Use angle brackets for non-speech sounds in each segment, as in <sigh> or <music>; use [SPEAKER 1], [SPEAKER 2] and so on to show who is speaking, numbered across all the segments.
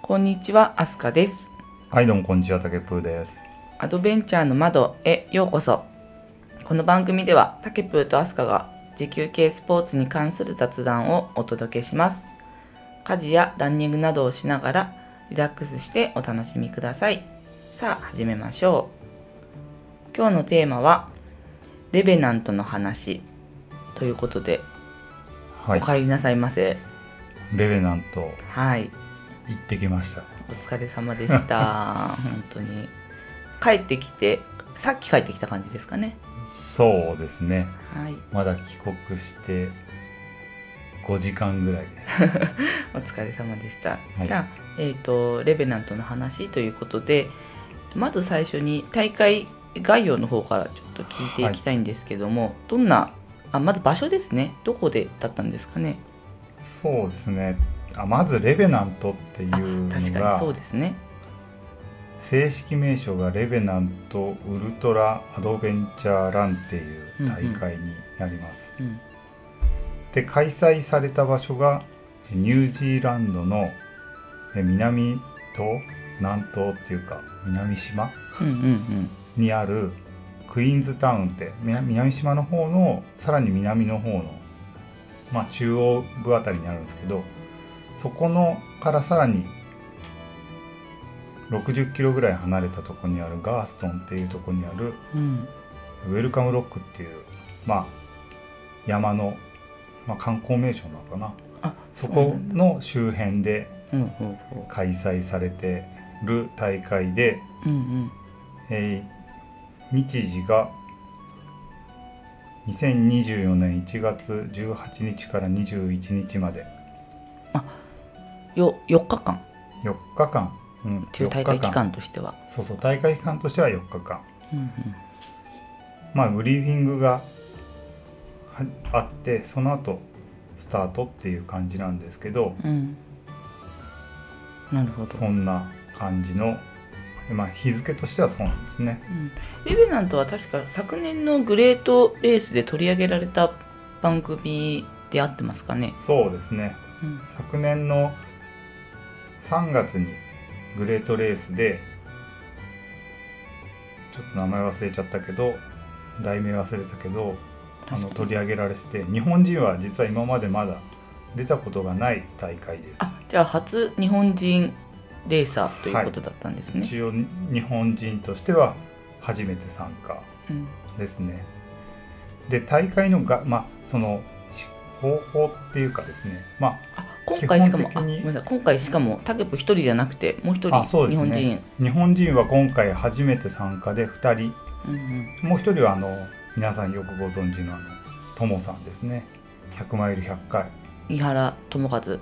[SPEAKER 1] こんにちは、アスカです。
[SPEAKER 2] はい、どうもこんにちは、たけぷーです。
[SPEAKER 1] アドベンチャーの窓へようこそ。この番組では、タケプーとアスカが時給系スポーツに関する雑談をお届けします。家事やランニングなどをしながらリラックスしてお楽しみください。さあ、始めましょう。今日のテーマは、レベナントの話ということで、
[SPEAKER 2] はい
[SPEAKER 1] お、帰りなさいませ。
[SPEAKER 2] レベナント
[SPEAKER 1] はい。
[SPEAKER 2] 行ってきました。
[SPEAKER 1] お疲れ様でした
[SPEAKER 2] <laughs>
[SPEAKER 1] 本当に帰ってきてさっき帰ってきた感じですかね
[SPEAKER 2] そうですね。
[SPEAKER 1] はい
[SPEAKER 2] まだ帰国して5時間ぐらい。
[SPEAKER 1] お疲れ様でした、
[SPEAKER 2] はい
[SPEAKER 1] じゃあえっ、とレベナントの話ということでまず最初に大会概要の方からちょっと聞いていきたいんですけども、どんなあまず場所ですねどこでだったんですかね
[SPEAKER 2] そうですね。あまずレベナントっていう
[SPEAKER 1] あ
[SPEAKER 2] の
[SPEAKER 1] 確かに
[SPEAKER 2] が
[SPEAKER 1] そうですね
[SPEAKER 2] 正式名称がレベナントウルトラアドベンチャーランっていう大会になります。
[SPEAKER 1] うん
[SPEAKER 2] で開催された場所がニュージーランドのえ南と南東っていうか南島
[SPEAKER 1] うんうん
[SPEAKER 2] にあるクイーンズタウンってみな南島の方のさらに南の方の、まあ、中央部あたりにあるんですけどそこのからさらに60キロぐらい離れたとこにあるガーストンっていうとこにある
[SPEAKER 1] うんうん
[SPEAKER 2] ウェルカムロックっていう、まあ、山の、まあ、観光名所なのかな
[SPEAKER 1] あ
[SPEAKER 2] そうこ
[SPEAKER 1] なんだ
[SPEAKER 2] の周辺で
[SPEAKER 1] うんうんうん
[SPEAKER 2] 開催されてる大会で
[SPEAKER 1] うん
[SPEAKER 2] えー日時が2024年1月18日から21日まで
[SPEAKER 1] うんよ4日間
[SPEAKER 2] 4日間、うん、
[SPEAKER 1] 中大会期間としては
[SPEAKER 2] 4日間そうそう大会期間としては4日間
[SPEAKER 1] うんうん
[SPEAKER 2] まあブリーフィングがはあってその後スタートっていう感じなんですけど
[SPEAKER 1] うん。なるほど。
[SPEAKER 2] そんな感じの、まあ、日付としてはそうなんですね
[SPEAKER 1] うんレベナントは確か昨年のグレートレースで取り上げられた番組であってますかね。
[SPEAKER 2] そうですね
[SPEAKER 1] うん。
[SPEAKER 2] 昨年の3月にグレートレースでちょっと名前忘れちゃったけど題名忘れたけどあ
[SPEAKER 1] 確
[SPEAKER 2] の
[SPEAKER 1] か
[SPEAKER 2] 取
[SPEAKER 1] に
[SPEAKER 2] り上げられてて日本人は実は今までまだ出たことがない大会です
[SPEAKER 1] あ、じゃあ初日本人レーサーということだったんですね。
[SPEAKER 2] 一応日本人としては初めて参加
[SPEAKER 1] うん。
[SPEAKER 2] ですねで大会のが、まあ、そのし方法っていうかですねまあ
[SPEAKER 1] あ、今回しかも、
[SPEAKER 2] 基
[SPEAKER 1] あ、ご
[SPEAKER 2] 本的
[SPEAKER 1] め
[SPEAKER 2] に
[SPEAKER 1] んなさい。今回しかもタケプ一人じゃなくてもう一
[SPEAKER 2] あそ
[SPEAKER 1] 人
[SPEAKER 2] うで
[SPEAKER 1] 日
[SPEAKER 2] すね
[SPEAKER 1] 本人。
[SPEAKER 2] 日本人は今回初めて参加で2人
[SPEAKER 1] うんうん。
[SPEAKER 2] もう一人はあの皆さんよくご存知のあのともさんですね。100マイル100回。
[SPEAKER 1] 伊原智和。間違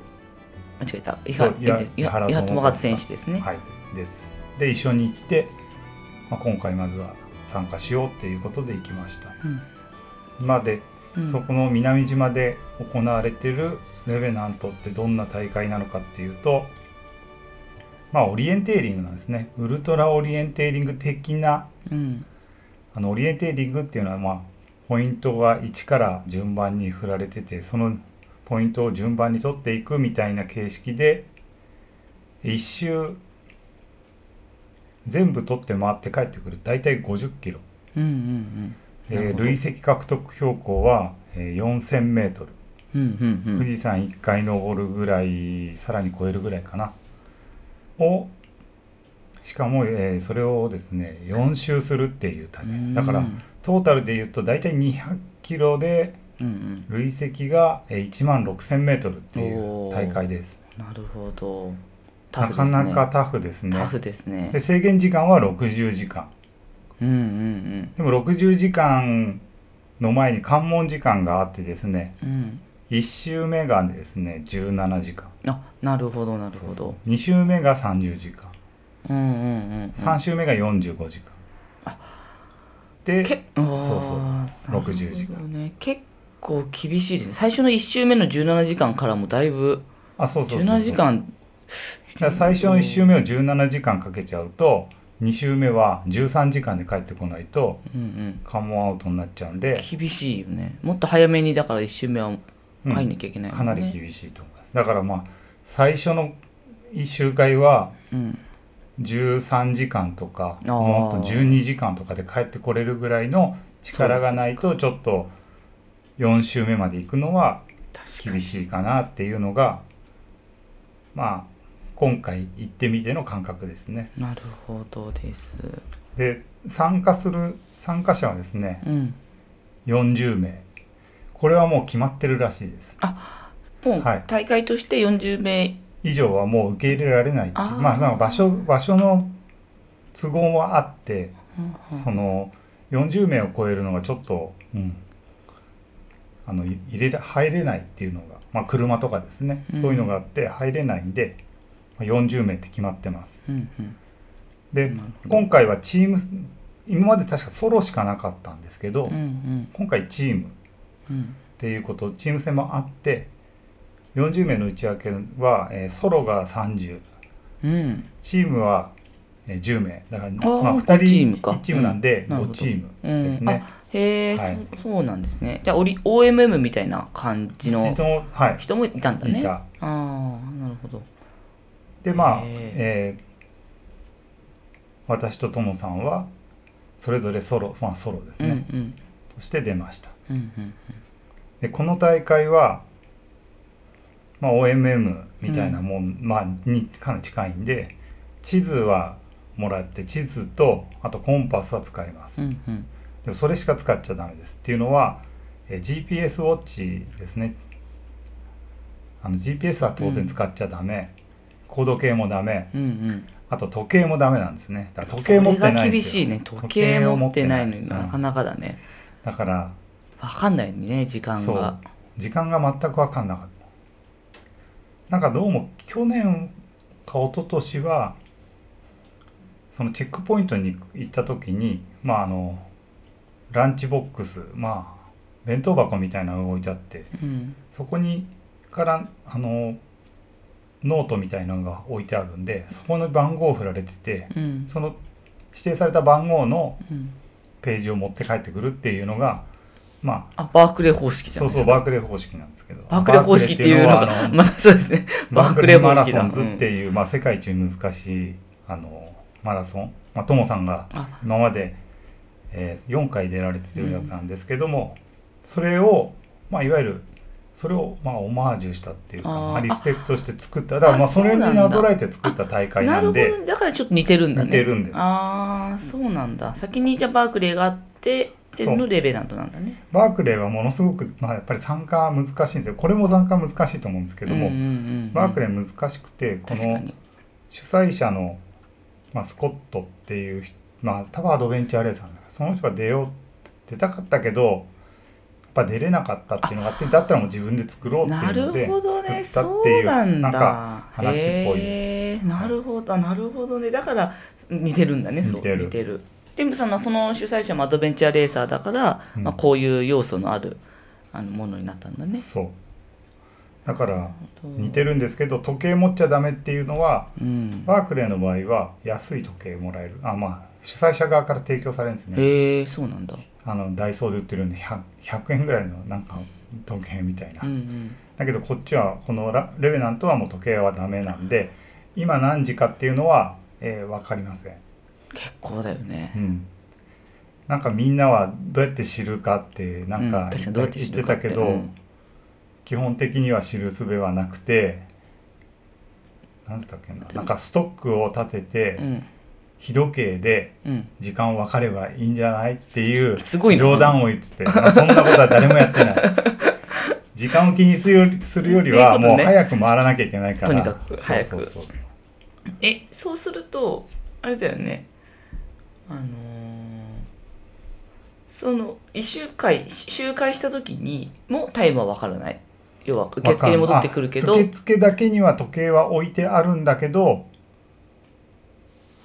[SPEAKER 1] えた。伊
[SPEAKER 2] そう
[SPEAKER 1] 原
[SPEAKER 2] 伊原
[SPEAKER 1] 伊原伊原
[SPEAKER 2] 伊原
[SPEAKER 1] 智
[SPEAKER 2] 智
[SPEAKER 1] 和
[SPEAKER 2] 和
[SPEAKER 1] 選手ですね。
[SPEAKER 2] はい。です。で一緒に行って、まあ、今回まずは参加しようっていうことで行きました。
[SPEAKER 1] うん。
[SPEAKER 2] まあで、
[SPEAKER 1] うん
[SPEAKER 2] そこの南島で行われてるレベナントってどんな大会なのかっていうと、まあオリエンテーリングなんですね。ウルトラオリエンテーリング的な
[SPEAKER 1] うん。
[SPEAKER 2] あのオリエンテーリングっていうのは、まあ、ポイントが1から順番に振られててそのポイントを順番に取っていくみたいな形式で1周全部取って回って帰ってくる大体50キロ、
[SPEAKER 1] うんうんうん。なる
[SPEAKER 2] え
[SPEAKER 1] ほ
[SPEAKER 2] ー
[SPEAKER 1] ど
[SPEAKER 2] 累積獲得標高は、えー4000メートル
[SPEAKER 1] うんうんうん
[SPEAKER 2] 富。士山1回登るぐらいさらに超えるぐらいかなをしかも、えーそれをですね4周するっていうためだから
[SPEAKER 1] うん
[SPEAKER 2] トータルで言うと大体200キロで
[SPEAKER 1] うん
[SPEAKER 2] 累積が1万6000メートルっていう大会です
[SPEAKER 1] うん、なるほど。タ
[SPEAKER 2] な
[SPEAKER 1] フ
[SPEAKER 2] か
[SPEAKER 1] ですね
[SPEAKER 2] なかタフですね
[SPEAKER 1] タフですね
[SPEAKER 2] で。制限時間は60時間
[SPEAKER 1] うんうん
[SPEAKER 2] でも60時間の前に関門時間があってですね
[SPEAKER 1] うん。うん。
[SPEAKER 2] 1周目がですね17時間
[SPEAKER 1] あ、なるほどなる
[SPEAKER 2] そ
[SPEAKER 1] ほ
[SPEAKER 2] うそ
[SPEAKER 1] ど。
[SPEAKER 2] う2周目が30時間
[SPEAKER 1] うんうんうんうん。
[SPEAKER 2] 3周目が45時間、
[SPEAKER 1] け
[SPEAKER 2] で、
[SPEAKER 1] そう
[SPEAKER 2] うそう60時間
[SPEAKER 1] ね。結構厳しいですね。最初の一周目の17時間からもだいぶ
[SPEAKER 2] あそうそうそうそう
[SPEAKER 1] 17時間。
[SPEAKER 2] だから最初の1周目を17時間かけちゃうと2周目は13時間で帰ってこないと
[SPEAKER 1] うんうん。
[SPEAKER 2] 関門アウトになっちゃうんで、
[SPEAKER 1] 厳しいよね。もっと早めにだから一周目は
[SPEAKER 2] うん
[SPEAKER 1] 入んなきゃいけないも
[SPEAKER 2] か
[SPEAKER 1] んね、
[SPEAKER 2] なり厳しいと思いますだからまあ最初のい周回は
[SPEAKER 1] うん
[SPEAKER 2] 13時間とか
[SPEAKER 1] あー
[SPEAKER 2] もっと12時間とかで帰ってこれるぐらいの力がないとちょっと4周目まで行くのは
[SPEAKER 1] 確か
[SPEAKER 2] 厳
[SPEAKER 1] に
[SPEAKER 2] しいかなっていうのがまあ今回行ってみての感覚ですね。
[SPEAKER 1] なるほどです
[SPEAKER 2] で参加する参加者はですね
[SPEAKER 1] うん
[SPEAKER 2] 40名これはもう決まってるらしいです。
[SPEAKER 1] もう
[SPEAKER 2] はい
[SPEAKER 1] 大会として40名
[SPEAKER 2] 以上はもう受け入れられないっていう
[SPEAKER 1] あー
[SPEAKER 2] まあなんか場所場所の都合はあって
[SPEAKER 1] うんうん
[SPEAKER 2] その40名を超えるのがちょっと、うんあのい入れら入れないっていうのが、まあ、車とかですね、
[SPEAKER 1] うん
[SPEAKER 2] そういうのがあって入れないんでまあ40名って決まってます
[SPEAKER 1] うんうん
[SPEAKER 2] で
[SPEAKER 1] なるほど
[SPEAKER 2] 今回はチーム今まで確かソロしかなかったんですけど、
[SPEAKER 1] うんうん
[SPEAKER 2] 今回チームっ
[SPEAKER 1] うん
[SPEAKER 2] ていうことチーム戦もあって40名の内訳は、えーソロが30
[SPEAKER 1] うん
[SPEAKER 2] チームはえー10名だから
[SPEAKER 1] ー
[SPEAKER 2] まあ、2人
[SPEAKER 1] 五チームか
[SPEAKER 2] 1チームなんで
[SPEAKER 1] うんなるほ
[SPEAKER 2] 5
[SPEAKER 1] ど
[SPEAKER 2] チーム
[SPEAKER 1] うん
[SPEAKER 2] ですね、
[SPEAKER 1] あへえ、
[SPEAKER 2] はい
[SPEAKER 1] そそうなんですねじゃあオリ OMM みたいな感じの
[SPEAKER 2] 実のはい
[SPEAKER 1] 人もいたんだね
[SPEAKER 2] い
[SPEAKER 1] あ
[SPEAKER 2] た
[SPEAKER 1] あーなるほど
[SPEAKER 2] でま
[SPEAKER 1] へ
[SPEAKER 2] あ
[SPEAKER 1] ー、
[SPEAKER 2] えー私とともさんはそれぞれソロまあソロです
[SPEAKER 1] うん
[SPEAKER 2] ね、
[SPEAKER 1] うん
[SPEAKER 2] として出ました
[SPEAKER 1] うんうん
[SPEAKER 2] でこの大会は、まあ、OMM みたいなもん、まあ、にかなり近いんで地図はもらって地図とあとコンパスは使います、
[SPEAKER 1] うんうん
[SPEAKER 2] でもそれしか使っちゃダメですっていうのは、えー GPS ウォッチですねあの GPS は当然使っちゃダメ、高度計もダメ
[SPEAKER 1] うんうん
[SPEAKER 2] あと時計もダメなんですねだから時計持ってないん
[SPEAKER 1] それ
[SPEAKER 2] です
[SPEAKER 1] が厳し
[SPEAKER 2] よ
[SPEAKER 1] いね時計持ってないのに
[SPEAKER 2] うん
[SPEAKER 1] なかなかだね、
[SPEAKER 2] だから
[SPEAKER 1] わかんないね時間
[SPEAKER 2] そ
[SPEAKER 1] が
[SPEAKER 2] う時間が全く分かんなかったなんかどうも去年か一昨年はそのチェックポイントに行った時にまああのランチボックスまあ弁当箱みたいなのが置いてあって
[SPEAKER 1] うん
[SPEAKER 2] そこにからあのノートみたいなのが置いてあるんでそこの番号を振られてて
[SPEAKER 1] うん
[SPEAKER 2] その指定された番号の
[SPEAKER 1] うん
[SPEAKER 2] ページを持って帰ってくるっていうのがまあ
[SPEAKER 1] あバークレー方式じゃ
[SPEAKER 2] そ
[SPEAKER 1] な
[SPEAKER 2] う
[SPEAKER 1] いで
[SPEAKER 2] そう
[SPEAKER 1] すか
[SPEAKER 2] バークレー方式なんですけど
[SPEAKER 1] バークレー方式っていうの
[SPEAKER 2] バークレー
[SPEAKER 1] が
[SPEAKER 2] っていうのはあ
[SPEAKER 1] <laughs>
[SPEAKER 2] の
[SPEAKER 1] またそうですね
[SPEAKER 2] バークレーマラソンズ
[SPEAKER 1] バークレー方式だ
[SPEAKER 2] っていう、まあ、世界一難しいあのマラソン、まあ、トモさんが
[SPEAKER 1] あ
[SPEAKER 2] 今まで、えー4回出られてるやつなんですけども、それを、まあ、いわゆるそれを、まあ、オマージュしたっていうか
[SPEAKER 1] あー
[SPEAKER 2] まあ、リスペクトして作っただからまあ
[SPEAKER 1] あそ
[SPEAKER 2] そう
[SPEAKER 1] な
[SPEAKER 2] れ
[SPEAKER 1] ん
[SPEAKER 2] に
[SPEAKER 1] だ
[SPEAKER 2] なぞらえて作った大会
[SPEAKER 1] な
[SPEAKER 2] な
[SPEAKER 1] る
[SPEAKER 2] ん
[SPEAKER 1] ほ
[SPEAKER 2] で
[SPEAKER 1] どだからちょっと似てるんだね
[SPEAKER 2] 似てるんです
[SPEAKER 1] ああそうなんだ先にじゃあバークレーがあってで
[SPEAKER 2] そう
[SPEAKER 1] のレベラントなんだね
[SPEAKER 2] バークレーはものすごく、まあ、やっぱり参加は難しいんですよこれも参加難しいと思うんですけども、
[SPEAKER 1] うんうんうんうん
[SPEAKER 2] バークレー難しくてこ
[SPEAKER 1] 確か
[SPEAKER 2] の
[SPEAKER 1] に
[SPEAKER 2] 主催者の、まあ、スコットっていう人、まあ、多分アドベンチャーレーサーなんですけどその人が出よう出たかったけどやっぱ出れなかったっていうのがあってだったらもう自分で作ろうって
[SPEAKER 1] な
[SPEAKER 2] いうの
[SPEAKER 1] る
[SPEAKER 2] で
[SPEAKER 1] ほどね
[SPEAKER 2] 作った
[SPEAKER 1] そ
[SPEAKER 2] っていう
[SPEAKER 1] うなんだ
[SPEAKER 2] なんか話っぽいです。
[SPEAKER 1] へーなるほどあなるほどねだから似てるんだねそう
[SPEAKER 2] 似てる
[SPEAKER 1] 似てるでもそのその主催者もアドベンチャーレーサーだから、
[SPEAKER 2] うん
[SPEAKER 1] まあ、こういう要素のあるあのものになったんだね
[SPEAKER 2] そうだから似
[SPEAKER 1] る
[SPEAKER 2] てるんですけど時計持っちゃダメっていうのは
[SPEAKER 1] うん
[SPEAKER 2] バークレーの場合は安い時計もらえるあまあ主催者側から提供されるんですね
[SPEAKER 1] へえそうなんだ
[SPEAKER 2] あのダイソーで売ってるんで 100, 100円ぐらいのなんか時計みたいな、
[SPEAKER 1] うんうん
[SPEAKER 2] だけどこっちはこのラレベナントはもう時計はダメなんで今何時かっていうのは、えー、分かりません、
[SPEAKER 1] 結構だよね
[SPEAKER 2] うん、なんかみんなはどうやって知るかってなん
[SPEAKER 1] う
[SPEAKER 2] か
[SPEAKER 1] 確かに
[SPEAKER 2] 言った,、
[SPEAKER 1] どうやって知るかって
[SPEAKER 2] けど、
[SPEAKER 1] うん
[SPEAKER 2] 基本的には知る術はなくて何だったっけななんかストックを立てて、
[SPEAKER 1] うん
[SPEAKER 2] 日時計で
[SPEAKER 1] うん
[SPEAKER 2] 時間分かればいいんじゃないっていう
[SPEAKER 1] すごいな
[SPEAKER 2] 冗談を言ってて、まあそんなことは誰もやっ
[SPEAKER 1] <laughs>
[SPEAKER 2] てない時間を気にするよりするより
[SPEAKER 1] っ
[SPEAKER 2] は
[SPEAKER 1] ていうこ
[SPEAKER 2] もう
[SPEAKER 1] とね
[SPEAKER 2] 早く回らなきゃいけないから
[SPEAKER 1] とにかく早く
[SPEAKER 2] そうそうそうそう
[SPEAKER 1] えそうするとあれだよねあのーその一周回し周回した時にもタイムは分からない要は受付に戻ってくるけど
[SPEAKER 2] あ受付だけには時計は置いてあるんだけど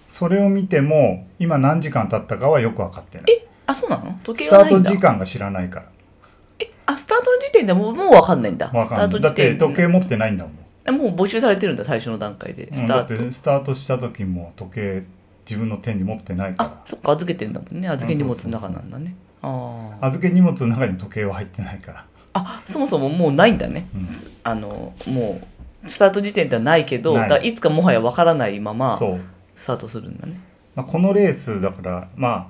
[SPEAKER 2] それを見ても今何時間経ったかはよく分かってない
[SPEAKER 1] あそうなの時
[SPEAKER 2] ス
[SPEAKER 1] 計
[SPEAKER 2] タ
[SPEAKER 1] は
[SPEAKER 2] ー
[SPEAKER 1] な
[SPEAKER 2] ト
[SPEAKER 1] いんだ
[SPEAKER 2] 時間が知らないから
[SPEAKER 1] あスタートの時点でもうもう分かんないんだ
[SPEAKER 2] わ
[SPEAKER 1] スタ
[SPEAKER 2] か
[SPEAKER 1] ー
[SPEAKER 2] んな
[SPEAKER 1] ト
[SPEAKER 2] いだ
[SPEAKER 1] 時
[SPEAKER 2] って
[SPEAKER 1] 点
[SPEAKER 2] 時計持ってないんだもん
[SPEAKER 1] えもう募集されてるんだ最初の段階で
[SPEAKER 2] うん
[SPEAKER 1] ス
[SPEAKER 2] だ
[SPEAKER 1] ター
[SPEAKER 2] っ
[SPEAKER 1] ト
[SPEAKER 2] てスタートした時も時計自分の手に持ってないから
[SPEAKER 1] あそっか預けてんだもんね預け荷物の中なんだねあー
[SPEAKER 2] 預け荷物の中に時計は入ってないから
[SPEAKER 1] あそもそももうないんだね、
[SPEAKER 2] うん
[SPEAKER 1] つあのもうスタート時点ではないけど
[SPEAKER 2] ない
[SPEAKER 1] だからいつかもはやわからないまま
[SPEAKER 2] そう、
[SPEAKER 1] スタートするんだね
[SPEAKER 2] まあ、このレースだからまあ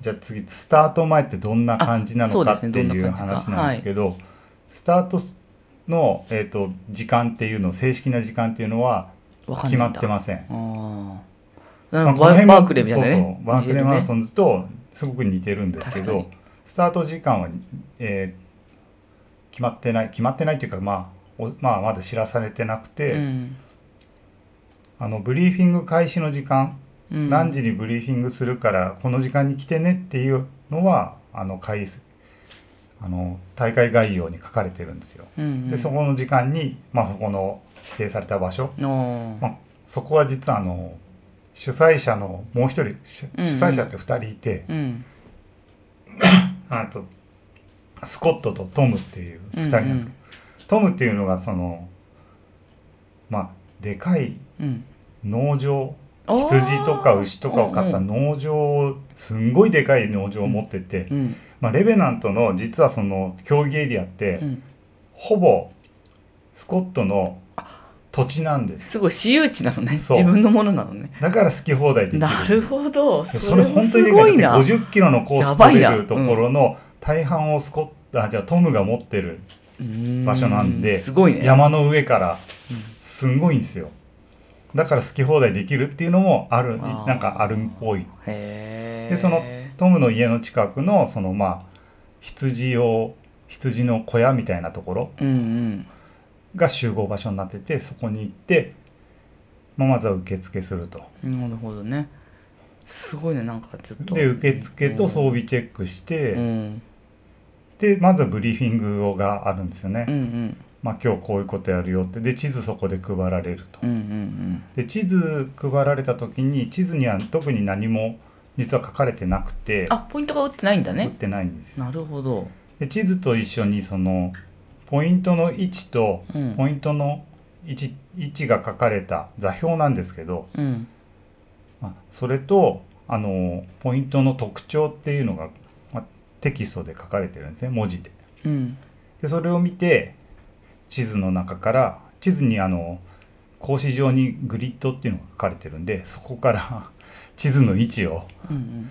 [SPEAKER 2] じゃあ次スタート前ってどんな感じな
[SPEAKER 1] あそ
[SPEAKER 2] の
[SPEAKER 1] うで
[SPEAKER 2] か
[SPEAKER 1] す
[SPEAKER 2] って
[SPEAKER 1] ねどん
[SPEAKER 2] いう
[SPEAKER 1] な感じか
[SPEAKER 2] 話なんですけどスタートの、えー、と時間っていうの正式な時間っていうのは
[SPEAKER 1] わかん
[SPEAKER 2] 決
[SPEAKER 1] な
[SPEAKER 2] ま
[SPEAKER 1] いん
[SPEAKER 2] っ
[SPEAKER 1] だ
[SPEAKER 2] てません。
[SPEAKER 1] あー
[SPEAKER 2] ま
[SPEAKER 1] な
[SPEAKER 2] あ
[SPEAKER 1] ん
[SPEAKER 2] こ
[SPEAKER 1] かバ
[SPEAKER 2] の辺
[SPEAKER 1] バ
[SPEAKER 2] も
[SPEAKER 1] ークレーみたいな
[SPEAKER 2] そう
[SPEAKER 1] ね
[SPEAKER 2] そうバークレーマラソ
[SPEAKER 1] ン
[SPEAKER 2] ンズとすごく似てるんですけ
[SPEAKER 1] 確
[SPEAKER 2] どスタート時間は、えー決まってない決まってないというか、まあおまあ、まだ知らされてなくて、あのブリーフィング開始の時間、何時にブリーフィングするからこの時間に来てねっていうのはあの開あの大会概要に書かれてるんですよ。でそ
[SPEAKER 1] こ
[SPEAKER 2] この時間に、まあ、そこの指定された場所
[SPEAKER 1] の
[SPEAKER 2] まあ、そこは実はあの主催者のもう一人主
[SPEAKER 1] うんうん
[SPEAKER 2] 主催者って2人いて、
[SPEAKER 1] うん
[SPEAKER 2] あとスコットとトムっていう2人なんですけど、トムっていうのがそのまあでかい
[SPEAKER 1] うん
[SPEAKER 2] 農場
[SPEAKER 1] あー
[SPEAKER 2] 羊とか牛とかを飼った農場をすんごいでかい農場を持ってて、
[SPEAKER 1] うん
[SPEAKER 2] まあ、レベナントの実はその競技エリアって、
[SPEAKER 1] うん
[SPEAKER 2] ほぼスコットの土地なんです
[SPEAKER 1] すごい私有地なのね
[SPEAKER 2] そう
[SPEAKER 1] 自分のものなのね
[SPEAKER 2] だから好き放題できる
[SPEAKER 1] なるほど
[SPEAKER 2] そ
[SPEAKER 1] そ
[SPEAKER 2] れ
[SPEAKER 1] れも
[SPEAKER 2] 本当
[SPEAKER 1] す
[SPEAKER 2] にでか
[SPEAKER 1] ご
[SPEAKER 2] い
[SPEAKER 1] い
[SPEAKER 2] だ
[SPEAKER 1] な
[SPEAKER 2] って50キロのコー
[SPEAKER 1] や
[SPEAKER 2] ス
[SPEAKER 1] ばい
[SPEAKER 2] 取
[SPEAKER 1] な
[SPEAKER 2] れるところの大半をスコッあじゃあトムが持ってる場所なんで
[SPEAKER 1] うすごいね
[SPEAKER 2] 山の上から
[SPEAKER 1] うん
[SPEAKER 2] すんごいんですよだから好き放題できるっていうのもある
[SPEAKER 1] あー
[SPEAKER 2] なんかあるっぽい
[SPEAKER 1] へえ
[SPEAKER 2] でそのトムの家の近くのそのまあ羊用羊の小屋みたいなところ
[SPEAKER 1] うんうん
[SPEAKER 2] が集合場所になっててそこに行って、まあ、まずは受付すると
[SPEAKER 1] なるほどねすごいねなんかちょっと
[SPEAKER 2] で受付と装備チェックして、
[SPEAKER 1] うん
[SPEAKER 2] でまずはブリーフィングをがあるんですよね、
[SPEAKER 1] うんうん
[SPEAKER 2] まあ、今日こういうことやるよってで地図そこで配られると
[SPEAKER 1] うんうん
[SPEAKER 2] で地図配られた時に地図には特に何も実は書かれてなくて
[SPEAKER 1] あポイントが打ってないんだ
[SPEAKER 2] 打っ
[SPEAKER 1] ね
[SPEAKER 2] てないんですよ
[SPEAKER 1] なるほど
[SPEAKER 2] で地図と一緒にそのポイントの位置と
[SPEAKER 1] うん
[SPEAKER 2] ポイントの位置位置が書かれた座標なんですけど、
[SPEAKER 1] うん
[SPEAKER 2] まあ、それとあのポイントの特徴っていうのが、まあ、テキストで書かれてるんですね文字で。
[SPEAKER 1] うん
[SPEAKER 2] でそれを見て地図の中から地図にあの格子状にグリッドっていうのが書かれてるんでそこから <laughs> 地図の位置を
[SPEAKER 1] うん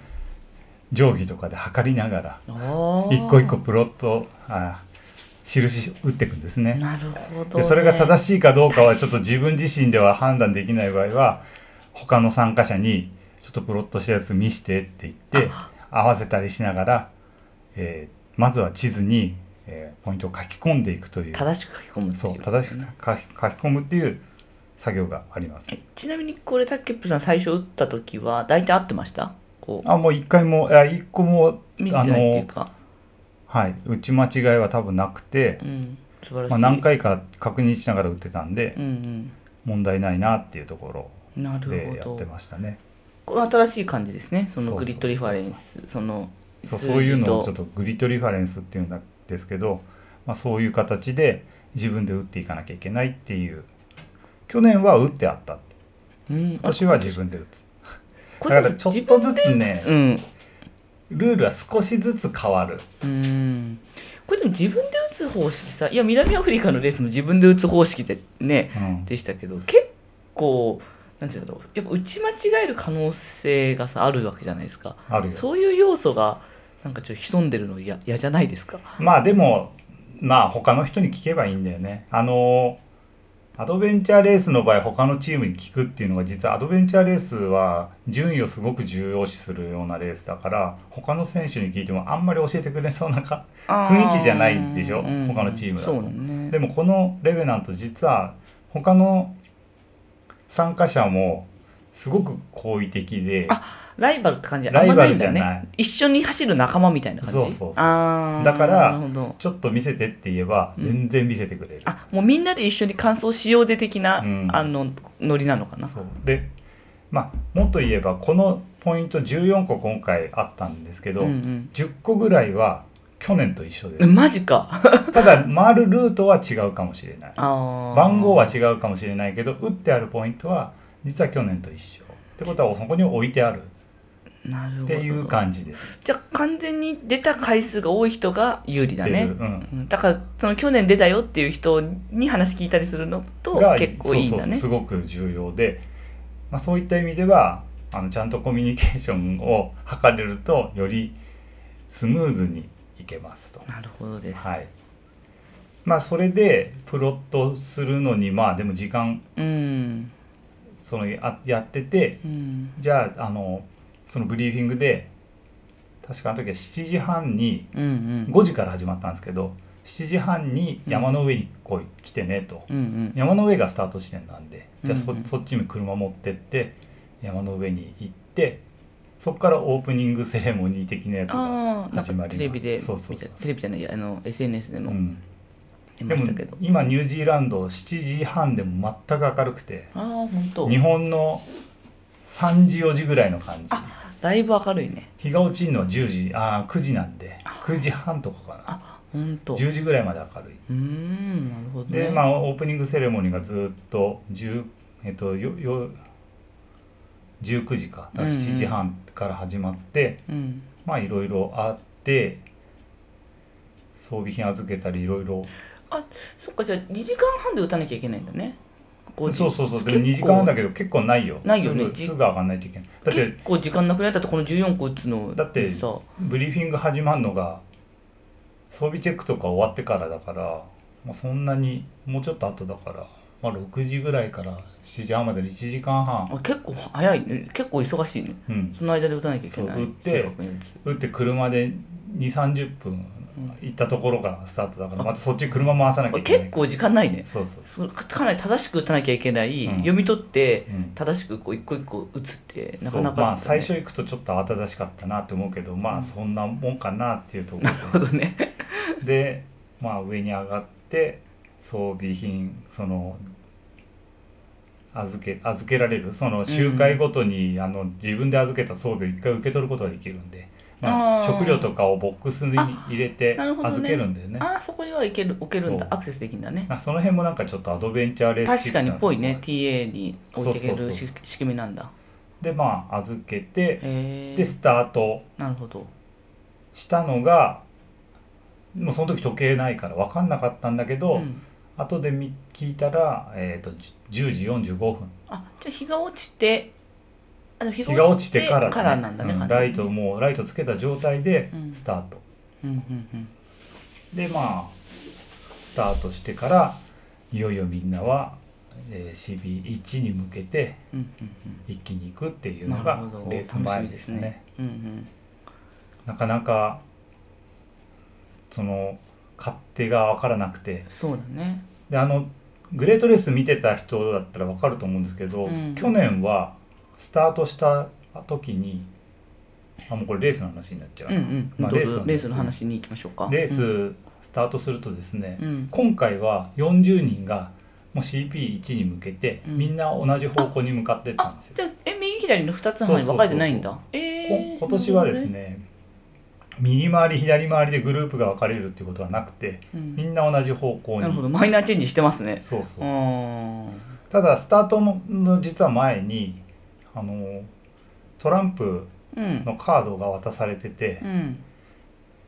[SPEAKER 2] 定規とかで測りながら
[SPEAKER 1] うんああ
[SPEAKER 2] 一個一個プロットあ印打っていくんですね。
[SPEAKER 1] なるほど
[SPEAKER 2] で
[SPEAKER 1] ね
[SPEAKER 2] それが正しいかどうかはちょっと自分自身では判断できない場合は他の参加者にちょっとプロットしたやつ見してって言って合わせたりしながら、えーまずは地図に、えーポイントを書き込んでいくという
[SPEAKER 1] 正しく書き込むっていう
[SPEAKER 2] そう正しく書き書き込むっていう作業があります
[SPEAKER 1] えちなみにこれタッケップさん最初打った時は大体合ってましたこ
[SPEAKER 2] あもう一回もあ一個も
[SPEAKER 1] うミス
[SPEAKER 2] あ
[SPEAKER 1] じゃないっていう
[SPEAKER 2] の
[SPEAKER 1] か
[SPEAKER 2] はい打ち間違いは多分なくて
[SPEAKER 1] う、ん素晴らしい、
[SPEAKER 2] まあ、何回か確認しながら打ってたんで
[SPEAKER 1] うん
[SPEAKER 2] 問題ないなっていうとこ
[SPEAKER 1] うんな
[SPEAKER 2] ろで
[SPEAKER 1] る
[SPEAKER 2] や
[SPEAKER 1] ほ
[SPEAKER 2] って
[SPEAKER 1] ど
[SPEAKER 2] ましたね
[SPEAKER 1] これ新しい感じですねその
[SPEAKER 2] そうそうそうそう
[SPEAKER 1] グリッドリファレンスその
[SPEAKER 2] そうそういうのをちょっ
[SPEAKER 1] っ
[SPEAKER 2] とグリッドリファレンスっていうんですけど、まあ、そういう形で自分で打っていかなきゃいけないっていう去年は打ってあったって
[SPEAKER 1] と、うん、
[SPEAKER 2] 今年は自分で打つ
[SPEAKER 1] こ
[SPEAKER 2] だ
[SPEAKER 1] れ
[SPEAKER 2] か
[SPEAKER 1] で
[SPEAKER 2] ら
[SPEAKER 1] も
[SPEAKER 2] ちょっとずつね
[SPEAKER 1] うん
[SPEAKER 2] ルールは少しずつ変わる
[SPEAKER 1] うんこれでも自分で打つ方式さいや南アフリカのレースも自分で打つ方式でね
[SPEAKER 2] うん
[SPEAKER 1] でしたけど結構なんていうんだろうやっぱ打ち間違える可能性がさあるわけじゃないですか
[SPEAKER 2] あるよ
[SPEAKER 1] そういう要素がなんかちょっと潜んでるの嫌嫌じゃないですか
[SPEAKER 2] まあでもまあ他の人に聞けばいいんだよねあのアドベンチャーレースの場合他のチームに聞くっていうのが実はアドベンチャーレースは順位をすごく重要視するようなレースだから他の選手に聞いてもあんまり教えてくれそうなか雰囲気じゃないでしょ他のチームだと
[SPEAKER 1] そうね
[SPEAKER 2] でもこのレベナント実は他の参加者もすごく好意的で
[SPEAKER 1] あライバルって感じ
[SPEAKER 2] ライバルじ
[SPEAKER 1] あ
[SPEAKER 2] ゃ
[SPEAKER 1] んま
[SPEAKER 2] ない
[SPEAKER 1] ないんだね一緒に走る仲間みたいな感じ
[SPEAKER 2] そうそうそう
[SPEAKER 1] あー
[SPEAKER 2] だか
[SPEAKER 1] な
[SPEAKER 2] ら
[SPEAKER 1] るほど
[SPEAKER 2] ちょっと見せてって言えば
[SPEAKER 1] うん
[SPEAKER 2] 全然見せてくれる、
[SPEAKER 1] あもうみんなで一緒に感想しようぜ的な、
[SPEAKER 2] うん
[SPEAKER 1] あのノリなのかな
[SPEAKER 2] そうでまあもっと言えばこのポイント14個今回あったんですけど、
[SPEAKER 1] うん
[SPEAKER 2] 10個ぐらいは去年と一緒
[SPEAKER 1] う
[SPEAKER 2] で
[SPEAKER 1] ん、マジか
[SPEAKER 2] ただ回るルートは違うかもしれない
[SPEAKER 1] 番
[SPEAKER 2] 番号は違うかもしれないけど打ってあるポイントは実は去年と一緒ってことはそこに置いてある
[SPEAKER 1] なるほど
[SPEAKER 2] っていう感じです。
[SPEAKER 1] じゃあ完全に出た回数が多い人が有利だ
[SPEAKER 2] 知
[SPEAKER 1] ね
[SPEAKER 2] ってるうん
[SPEAKER 1] うんだからその去年出たよっていう人に話聞いたりするのと
[SPEAKER 2] が
[SPEAKER 1] 結構いいんだね
[SPEAKER 2] そうそうそうすごく重要で、まあ、そういった意味ではあのちゃんとコミュニケーションを図れるとよりスムーズにいけますと。
[SPEAKER 1] なるほどです、
[SPEAKER 2] はいまあ、それでプロットするのにまあでも時間
[SPEAKER 1] うん
[SPEAKER 2] そのややってて
[SPEAKER 1] うん
[SPEAKER 2] じゃああのそのブリーフィングで確かあの時は7時半に
[SPEAKER 1] うんうん
[SPEAKER 2] 5時から始まったんですけど7時半に山の上に来い、来てねと。
[SPEAKER 1] うんうん
[SPEAKER 2] 山の上がスタート地点なんでじゃあそ,、
[SPEAKER 1] うんうん
[SPEAKER 2] そっちに車持ってって山の上に行ってそこからオープニングセレモニー的なやつが、
[SPEAKER 1] ああなん
[SPEAKER 2] 始ま
[SPEAKER 1] か
[SPEAKER 2] ります
[SPEAKER 1] テレビで
[SPEAKER 2] そうそうそう
[SPEAKER 1] 見たテレビじゃないあの SNS で
[SPEAKER 2] う
[SPEAKER 1] も
[SPEAKER 2] ん、
[SPEAKER 1] 出
[SPEAKER 2] で
[SPEAKER 1] まし
[SPEAKER 2] も
[SPEAKER 1] たけど、
[SPEAKER 2] 今ニュージーランド7時半でも全く明るくて
[SPEAKER 1] ああ本当
[SPEAKER 2] 日本の3時4時ぐらいの感じ
[SPEAKER 1] だいぶ明るいね
[SPEAKER 2] 日が落ちるのは10時ああ9時なんで9時半とかか
[SPEAKER 1] あ本当
[SPEAKER 2] な
[SPEAKER 1] うー
[SPEAKER 2] 10時ぐらいまで明るい
[SPEAKER 1] んなるほどね
[SPEAKER 2] で、まあ、オープニングセレモニーがずっと10、えっと、よよ19時かだから
[SPEAKER 1] うんうん
[SPEAKER 2] 7時半から始まって、
[SPEAKER 1] うん
[SPEAKER 2] まあいろいろあって装備品預けたりいろいろ
[SPEAKER 1] あそっかじゃあ2時間半で打たなきゃいけないんだね
[SPEAKER 2] そうそうそうで
[SPEAKER 1] 結構
[SPEAKER 2] も2時間半だけど結構ないよ
[SPEAKER 1] ないよね
[SPEAKER 2] すぐ
[SPEAKER 1] じ
[SPEAKER 2] すぐ上がんないといけないだって
[SPEAKER 1] 結構時間なくないだってこの14個打つの
[SPEAKER 2] だって
[SPEAKER 1] さ
[SPEAKER 2] ブリーフィング始まるのが装備チェックとか終わってからだから、まあ、そんなにもうちょっと後だから、まあ、6時ぐらいから7時半までの1時間半、
[SPEAKER 1] あ結構早いね結構忙しいね
[SPEAKER 2] うん、
[SPEAKER 1] その間で打たなきゃいけない
[SPEAKER 2] そう打って
[SPEAKER 1] 正確に打つ
[SPEAKER 2] 打って車で2 3 0分行ったところからスタートだからまたそっち車回さなきゃ
[SPEAKER 1] あ
[SPEAKER 2] いけな
[SPEAKER 1] 結
[SPEAKER 2] い
[SPEAKER 1] 構時間ないね
[SPEAKER 2] そうそう
[SPEAKER 1] そうかかなり正しく打たなきゃいけない、
[SPEAKER 2] うん
[SPEAKER 1] 読み取って
[SPEAKER 2] うん
[SPEAKER 1] 正しくこう一個一個打つってな
[SPEAKER 2] そ
[SPEAKER 1] か
[SPEAKER 2] う
[SPEAKER 1] なか、
[SPEAKER 2] まあ最初行くとちょっと慌ただしかったなって思うけど
[SPEAKER 1] う
[SPEAKER 2] まあ
[SPEAKER 1] ん
[SPEAKER 2] そんなもんかなっていうと
[SPEAKER 1] <laughs>
[SPEAKER 2] こ
[SPEAKER 1] なるほどね
[SPEAKER 2] <laughs> ろでまあ上に上がって装備品その預け預けられるその集会ごとにあの自分で預けた装備を一回受け取ることができるんでま
[SPEAKER 1] あ
[SPEAKER 2] あ
[SPEAKER 1] ー
[SPEAKER 2] 食料とかをボックスに入れて
[SPEAKER 1] あなるほどね
[SPEAKER 2] 預けるんだよね
[SPEAKER 1] ああそこにはいける置けるんだ
[SPEAKER 2] そう
[SPEAKER 1] アクセスできるんだね
[SPEAKER 2] あその辺もなんかちょっとアドベンチャーレース
[SPEAKER 1] 確かにぽいね TA に置いていけ
[SPEAKER 2] そう
[SPEAKER 1] る
[SPEAKER 2] そう
[SPEAKER 1] し仕組みなんだ
[SPEAKER 2] でまあ預けて
[SPEAKER 1] へ
[SPEAKER 2] で
[SPEAKER 1] え
[SPEAKER 2] スタート
[SPEAKER 1] なるほど
[SPEAKER 2] したのがもうその時時計ないから分かんなかったんだけど、
[SPEAKER 1] ん
[SPEAKER 2] 後でみ聞いたら、えー、と10時45分
[SPEAKER 1] あじゃあ日が落ちてあでも日
[SPEAKER 2] 日が落ちてから,、
[SPEAKER 1] からなんだね、
[SPEAKER 2] うん
[SPEAKER 1] 完全
[SPEAKER 2] ラ
[SPEAKER 1] に
[SPEAKER 2] イトもうライトつけた状態で
[SPEAKER 1] うん
[SPEAKER 2] スタート、
[SPEAKER 1] うんうんうん
[SPEAKER 2] でまあスタートしてからいよいよみんなは、えー、CB1 に向けて
[SPEAKER 1] うんうん
[SPEAKER 2] 一気に行くっていう
[SPEAKER 1] うんな
[SPEAKER 2] の
[SPEAKER 1] る
[SPEAKER 2] が
[SPEAKER 1] ほど
[SPEAKER 2] レース
[SPEAKER 1] 楽し
[SPEAKER 2] 前
[SPEAKER 1] み
[SPEAKER 2] で
[SPEAKER 1] ですす
[SPEAKER 2] ね
[SPEAKER 1] ね。うんうん
[SPEAKER 2] なかなかその勝手が分からなくて
[SPEAKER 1] そうだね
[SPEAKER 2] であのグレートレース見てた人だったら分かると思うんですけど、
[SPEAKER 1] うん
[SPEAKER 2] 去年はスタートした時にあもうこれレースの話になっちゃ
[SPEAKER 1] う
[SPEAKER 2] う
[SPEAKER 1] ん
[SPEAKER 2] な、
[SPEAKER 1] うん、
[SPEAKER 2] まあ
[SPEAKER 1] どう
[SPEAKER 2] レース
[SPEAKER 1] ぞ
[SPEAKER 2] の
[SPEAKER 1] レースの話に行きましょうか
[SPEAKER 2] レース、
[SPEAKER 1] うん
[SPEAKER 2] スタートするとですね、
[SPEAKER 1] うん
[SPEAKER 2] 今回は40人がもう CP1 に向けて、
[SPEAKER 1] うん
[SPEAKER 2] みんな同じ方向に向かってったん
[SPEAKER 1] あ
[SPEAKER 2] ですよ。
[SPEAKER 1] じゃあえ右左の2つの範囲分かれてないんだ
[SPEAKER 2] そう
[SPEAKER 1] え
[SPEAKER 2] こ
[SPEAKER 1] ー
[SPEAKER 2] 今年はですね
[SPEAKER 1] なる
[SPEAKER 2] 右回り左回りでグループが分かれるっていうことはなくて
[SPEAKER 1] ほどね
[SPEAKER 2] みんな同じ方向
[SPEAKER 1] う
[SPEAKER 2] に
[SPEAKER 1] んなるほどマイナーチェンジしてますね
[SPEAKER 2] そうそうそう
[SPEAKER 1] うーん
[SPEAKER 2] ただスタートの実は前にあのトランプ
[SPEAKER 1] うん
[SPEAKER 2] のカードが渡されてて
[SPEAKER 1] うん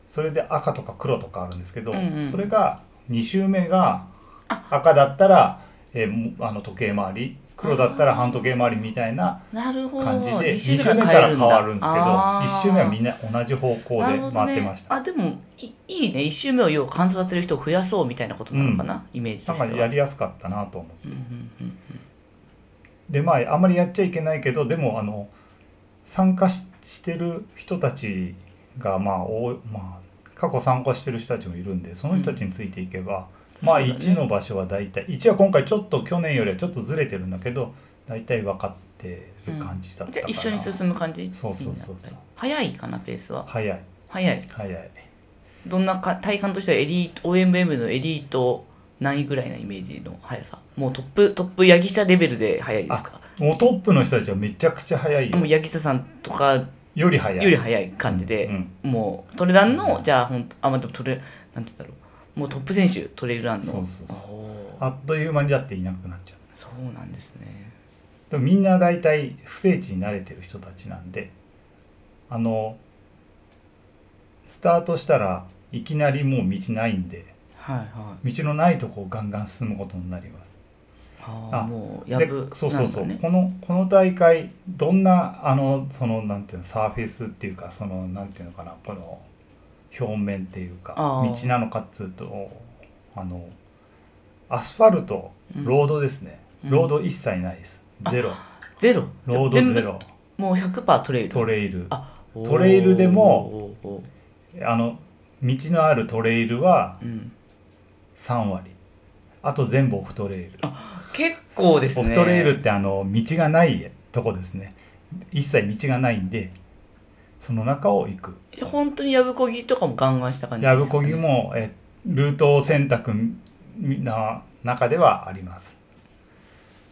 [SPEAKER 2] それで赤とか黒とかあるんですけど、
[SPEAKER 1] うんうん
[SPEAKER 2] それが2周目が
[SPEAKER 1] あ
[SPEAKER 2] 赤だったら、えーもうあの時計回り黒だったら半時計回りみたいな
[SPEAKER 1] なるほど
[SPEAKER 2] 感じで
[SPEAKER 1] 二
[SPEAKER 2] 2周
[SPEAKER 1] ぐ
[SPEAKER 2] 目
[SPEAKER 1] い
[SPEAKER 2] から変
[SPEAKER 1] えだ
[SPEAKER 2] わるんですけど
[SPEAKER 1] あー
[SPEAKER 2] 1周目はみんな同じ方向
[SPEAKER 1] な
[SPEAKER 2] で
[SPEAKER 1] るほど
[SPEAKER 2] 回ってました。
[SPEAKER 1] ね、あでもいいいね一周目を要は観察する人を増やそうみたいなことなのかな、イメージと
[SPEAKER 2] なん
[SPEAKER 1] して
[SPEAKER 2] か
[SPEAKER 1] は
[SPEAKER 2] やりやすかったなと思って
[SPEAKER 1] うんうんうん
[SPEAKER 2] でまああんまりやっちゃいけないけどでもあの参加ししてる人たちがまあ多いまあ過去参加してる人たちもいるんでその人たちについていけ
[SPEAKER 1] う
[SPEAKER 2] ば、
[SPEAKER 1] ん
[SPEAKER 2] まあ
[SPEAKER 1] そうだね
[SPEAKER 2] 1の場所は大体1は今回ちょっと去年よりはちょっとずれてるんだけど大体分かってる感じだった
[SPEAKER 1] じ
[SPEAKER 2] か
[SPEAKER 1] ゃ
[SPEAKER 2] ら、
[SPEAKER 1] あ一緒に進む感じ
[SPEAKER 2] そうそうそうそう
[SPEAKER 1] みんな早いかなペースは
[SPEAKER 2] 早い
[SPEAKER 1] 早い
[SPEAKER 2] 早い
[SPEAKER 1] どんなか体感としてはエリート OMM のエリート何位ぐらいなイメージの速さもうトップトップ八木下レベルで速いですか
[SPEAKER 2] もうトップの人たちはめちゃくちゃ早いよ
[SPEAKER 1] もう八木下さんとか
[SPEAKER 2] より早い
[SPEAKER 1] より速い感じで、
[SPEAKER 2] うん
[SPEAKER 1] もうトレランの、
[SPEAKER 2] うん
[SPEAKER 1] じゃあ本当あまあでもトレなんて言うんだろうもうトップ選手トレイルランの
[SPEAKER 2] そうそうそう
[SPEAKER 1] おー
[SPEAKER 2] あっという間にだっていなくなっちゃう
[SPEAKER 1] そうなんですね
[SPEAKER 2] でもみんな大体不整地に慣れてる人たちなんであのスタートしたらいきなりもう道ないんで
[SPEAKER 1] はいは
[SPEAKER 2] 道のないとこをガンガン進むことになります。
[SPEAKER 1] いああ
[SPEAKER 2] あ
[SPEAKER 1] もうや
[SPEAKER 2] で
[SPEAKER 1] ぶ
[SPEAKER 2] そうそうそう、
[SPEAKER 1] なんかね
[SPEAKER 2] このこの大会どんなあのそのなんていうのサーフェイスっていうかそのなんていうのかなこの表面っていうか
[SPEAKER 1] あー
[SPEAKER 2] 道なのかっつうとあのアスファルト
[SPEAKER 1] うん
[SPEAKER 2] ロードですね、
[SPEAKER 1] うん
[SPEAKER 2] ロード一切ないですゼロ
[SPEAKER 1] ゼロじゃあ
[SPEAKER 2] ロード
[SPEAKER 1] 全部
[SPEAKER 2] ゼロ
[SPEAKER 1] もう100%トレイル
[SPEAKER 2] トレイルあ
[SPEAKER 1] あおー
[SPEAKER 2] トレイルでも
[SPEAKER 1] おーおーおー
[SPEAKER 2] の道のあるトレイルは
[SPEAKER 1] うん、
[SPEAKER 2] 3割あと全部オフトレイル
[SPEAKER 1] 結構ですね
[SPEAKER 2] オフトレイルってあの道がないとこですね一切道がないんでその中を行く
[SPEAKER 1] じゃあ本当にやぶこぎとかもガンガンした感じ
[SPEAKER 2] やぶこぎ
[SPEAKER 1] ですかね
[SPEAKER 2] もえルート選択な中ではあります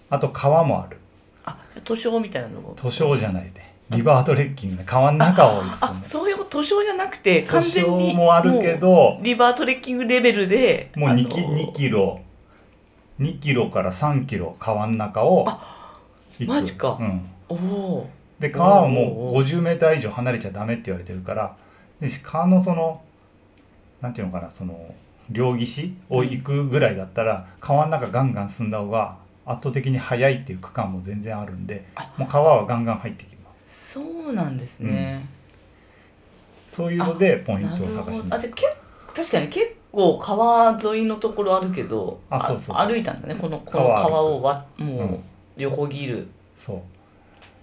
[SPEAKER 2] あと川もある
[SPEAKER 1] あじゃあ図書みたいなのも
[SPEAKER 2] 図書じゃないでリバートレッキングで川の中を
[SPEAKER 1] あ
[SPEAKER 2] ですね
[SPEAKER 1] そういう図書じゃなくて完
[SPEAKER 2] 図
[SPEAKER 1] 全
[SPEAKER 2] 書
[SPEAKER 1] に
[SPEAKER 2] もあるけ
[SPEAKER 1] も
[SPEAKER 2] ど
[SPEAKER 1] うリバートレッキングレベルで
[SPEAKER 2] もう
[SPEAKER 1] あの
[SPEAKER 2] 2, キ2キロ2キロから3キロ川の中を行く
[SPEAKER 1] マジか
[SPEAKER 2] うん、
[SPEAKER 1] おお
[SPEAKER 2] で川はも
[SPEAKER 1] お
[SPEAKER 2] う
[SPEAKER 1] ーお
[SPEAKER 2] 50メーター以上離れちゃダメって言われてるからで川のそのなんていうのかなその両岸を行くぐらいだったら川の中ガンガン進んだ方が圧倒的に速いっていう区間も全然あるんで
[SPEAKER 1] あ
[SPEAKER 2] もう川はガンガン入ってきま
[SPEAKER 1] そうなんですね、
[SPEAKER 2] すそういうのでポイン
[SPEAKER 1] なる
[SPEAKER 2] トを
[SPEAKER 1] ほ
[SPEAKER 2] 探し
[SPEAKER 1] ど
[SPEAKER 2] ま
[SPEAKER 1] あじ
[SPEAKER 2] す
[SPEAKER 1] ゃあけ確かに結構川沿いのところあるけど
[SPEAKER 2] あそうそうそう
[SPEAKER 1] 歩いたんだねこのこの
[SPEAKER 2] 川歩く
[SPEAKER 1] 川をわもう、
[SPEAKER 2] うん
[SPEAKER 1] 横切る
[SPEAKER 2] そう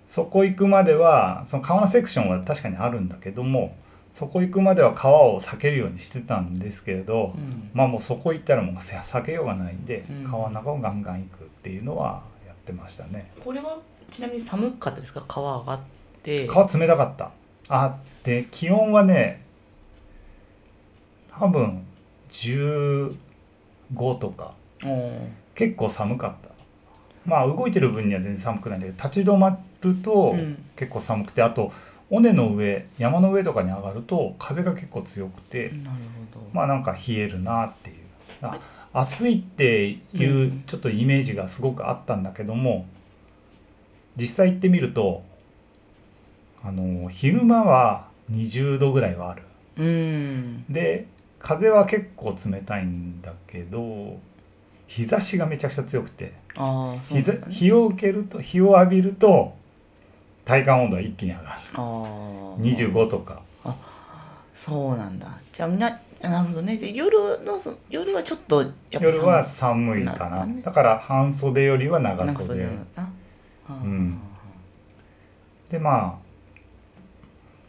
[SPEAKER 2] そこ行くまではその川のセクションは確かにあるんだけどもそこ行くまでは川を避けるようにしてたんですけれど、
[SPEAKER 1] うん
[SPEAKER 2] まあもうそこ行ったらもうせ避けようがないんで、
[SPEAKER 1] うん
[SPEAKER 2] 川の中をガンガン行くっていうのはやってましたね
[SPEAKER 1] これはちなみに寒かったですか川上がって
[SPEAKER 2] 川冷たかったあで気温はね多分15とか
[SPEAKER 1] うん
[SPEAKER 2] 結構寒かったまあ動いてる分には全然寒くないんだけど立ち止まると
[SPEAKER 1] うん
[SPEAKER 2] 結構寒くて、あと尾根の上山の上とかに上がると風が結構強く
[SPEAKER 1] な
[SPEAKER 2] て、
[SPEAKER 1] るほど、
[SPEAKER 2] まあなんか冷えるなっていうあ暑いっていうちょっとイメージがすごくあったんだけども実際行ってみるとあの昼間は20度ぐらいはある
[SPEAKER 1] うん
[SPEAKER 2] で風は結構冷たいんだけど日差しがめちゃくちゃ強くて
[SPEAKER 1] ああそう
[SPEAKER 2] 日
[SPEAKER 1] な
[SPEAKER 2] ざ
[SPEAKER 1] んだね
[SPEAKER 2] 日を受けると日を浴びると体感温度は一気に上が
[SPEAKER 1] あ
[SPEAKER 2] る
[SPEAKER 1] あ
[SPEAKER 2] 25とか
[SPEAKER 1] そうなんだじゃあみんななるほどねじゃあ夜のそ夜はちょっとやっぱ
[SPEAKER 2] 夜は寒いか
[SPEAKER 1] なる
[SPEAKER 2] な
[SPEAKER 1] ほどね
[SPEAKER 2] だから半袖よりは長
[SPEAKER 1] なんかそうい
[SPEAKER 2] 袖
[SPEAKER 1] うのだなあー
[SPEAKER 2] うんでま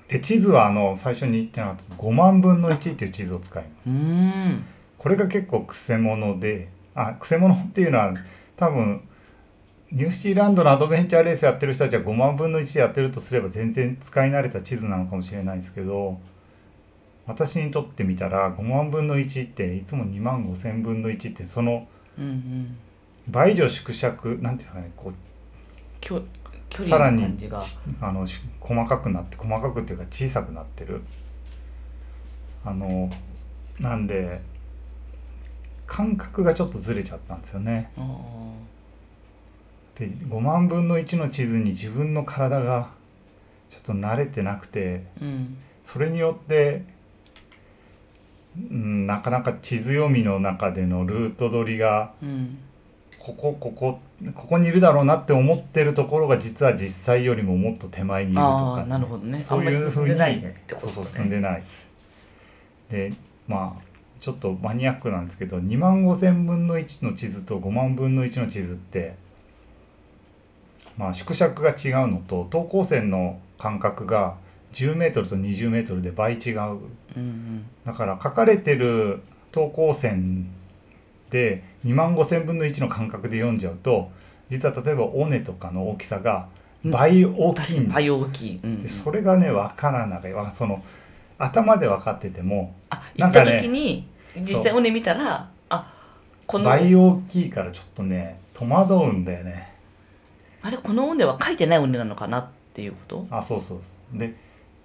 [SPEAKER 2] あで地図はあの最初に言ってなかった5万分の1っていう地図を使います
[SPEAKER 1] うーん
[SPEAKER 2] これが結構くせ者であくせ者っていうのは多分ニュージーランドのアドベンチャーレースやってる人たちは5万分の1やってるとすれば全然使い慣れた地図なのかもしれないですけど私にとってみたら5万分の1っていつも2万5千分の1ってその
[SPEAKER 1] うんうん
[SPEAKER 2] 倍以上縮尺なんていうんですかねこう
[SPEAKER 1] きょ距
[SPEAKER 2] さら
[SPEAKER 1] 離の
[SPEAKER 2] に
[SPEAKER 1] 感じが
[SPEAKER 2] ちあのし細かくなって細かくっていうか小さくなってるあのなんで感覚がちょっとずれちゃったんですよね
[SPEAKER 1] あ
[SPEAKER 2] で5万分の1の地図に自分の体がちょっと慣れてなくて
[SPEAKER 1] ーうん
[SPEAKER 2] それによって、うん、なかなか地図読みの中でのルート取りが
[SPEAKER 1] うん
[SPEAKER 2] ここここここにいるだろうなって思ってるところが実は実際よりももっと手前にいると
[SPEAKER 1] あ
[SPEAKER 2] か
[SPEAKER 1] あーなるほどね
[SPEAKER 2] そう
[SPEAKER 1] あんま
[SPEAKER 2] い
[SPEAKER 1] り
[SPEAKER 2] うふ
[SPEAKER 1] 進
[SPEAKER 2] うんに
[SPEAKER 1] でないってこと
[SPEAKER 2] そう
[SPEAKER 1] ね
[SPEAKER 2] そう進んでないでまあちょっとマニアックなんですけど2万5千分の1の地図と5万分の1の地図ってまあ縮尺が違うのと等高線の間隔が10メートルと20メートルで倍違う
[SPEAKER 1] うんうん
[SPEAKER 2] だから書かれてる等高線で2万5千分の1の間隔で読んじゃうと実は例えば尾根とかの大きさが倍大
[SPEAKER 1] 確
[SPEAKER 2] き
[SPEAKER 1] か
[SPEAKER 2] いん
[SPEAKER 1] に
[SPEAKER 2] です
[SPEAKER 1] 倍大きい、うんうん
[SPEAKER 2] でそれがね分からなかったその頭で分かってても
[SPEAKER 1] あ行
[SPEAKER 2] な
[SPEAKER 1] っ
[SPEAKER 2] んか
[SPEAKER 1] た
[SPEAKER 2] ね
[SPEAKER 1] 時に、実際
[SPEAKER 2] そ
[SPEAKER 1] 尾根見たらあこの
[SPEAKER 2] 倍大きいからちょっとね戸惑うんだよね
[SPEAKER 1] あれこの尾根は書いてない尾根なのかなっていうこと
[SPEAKER 2] あそうそうそうで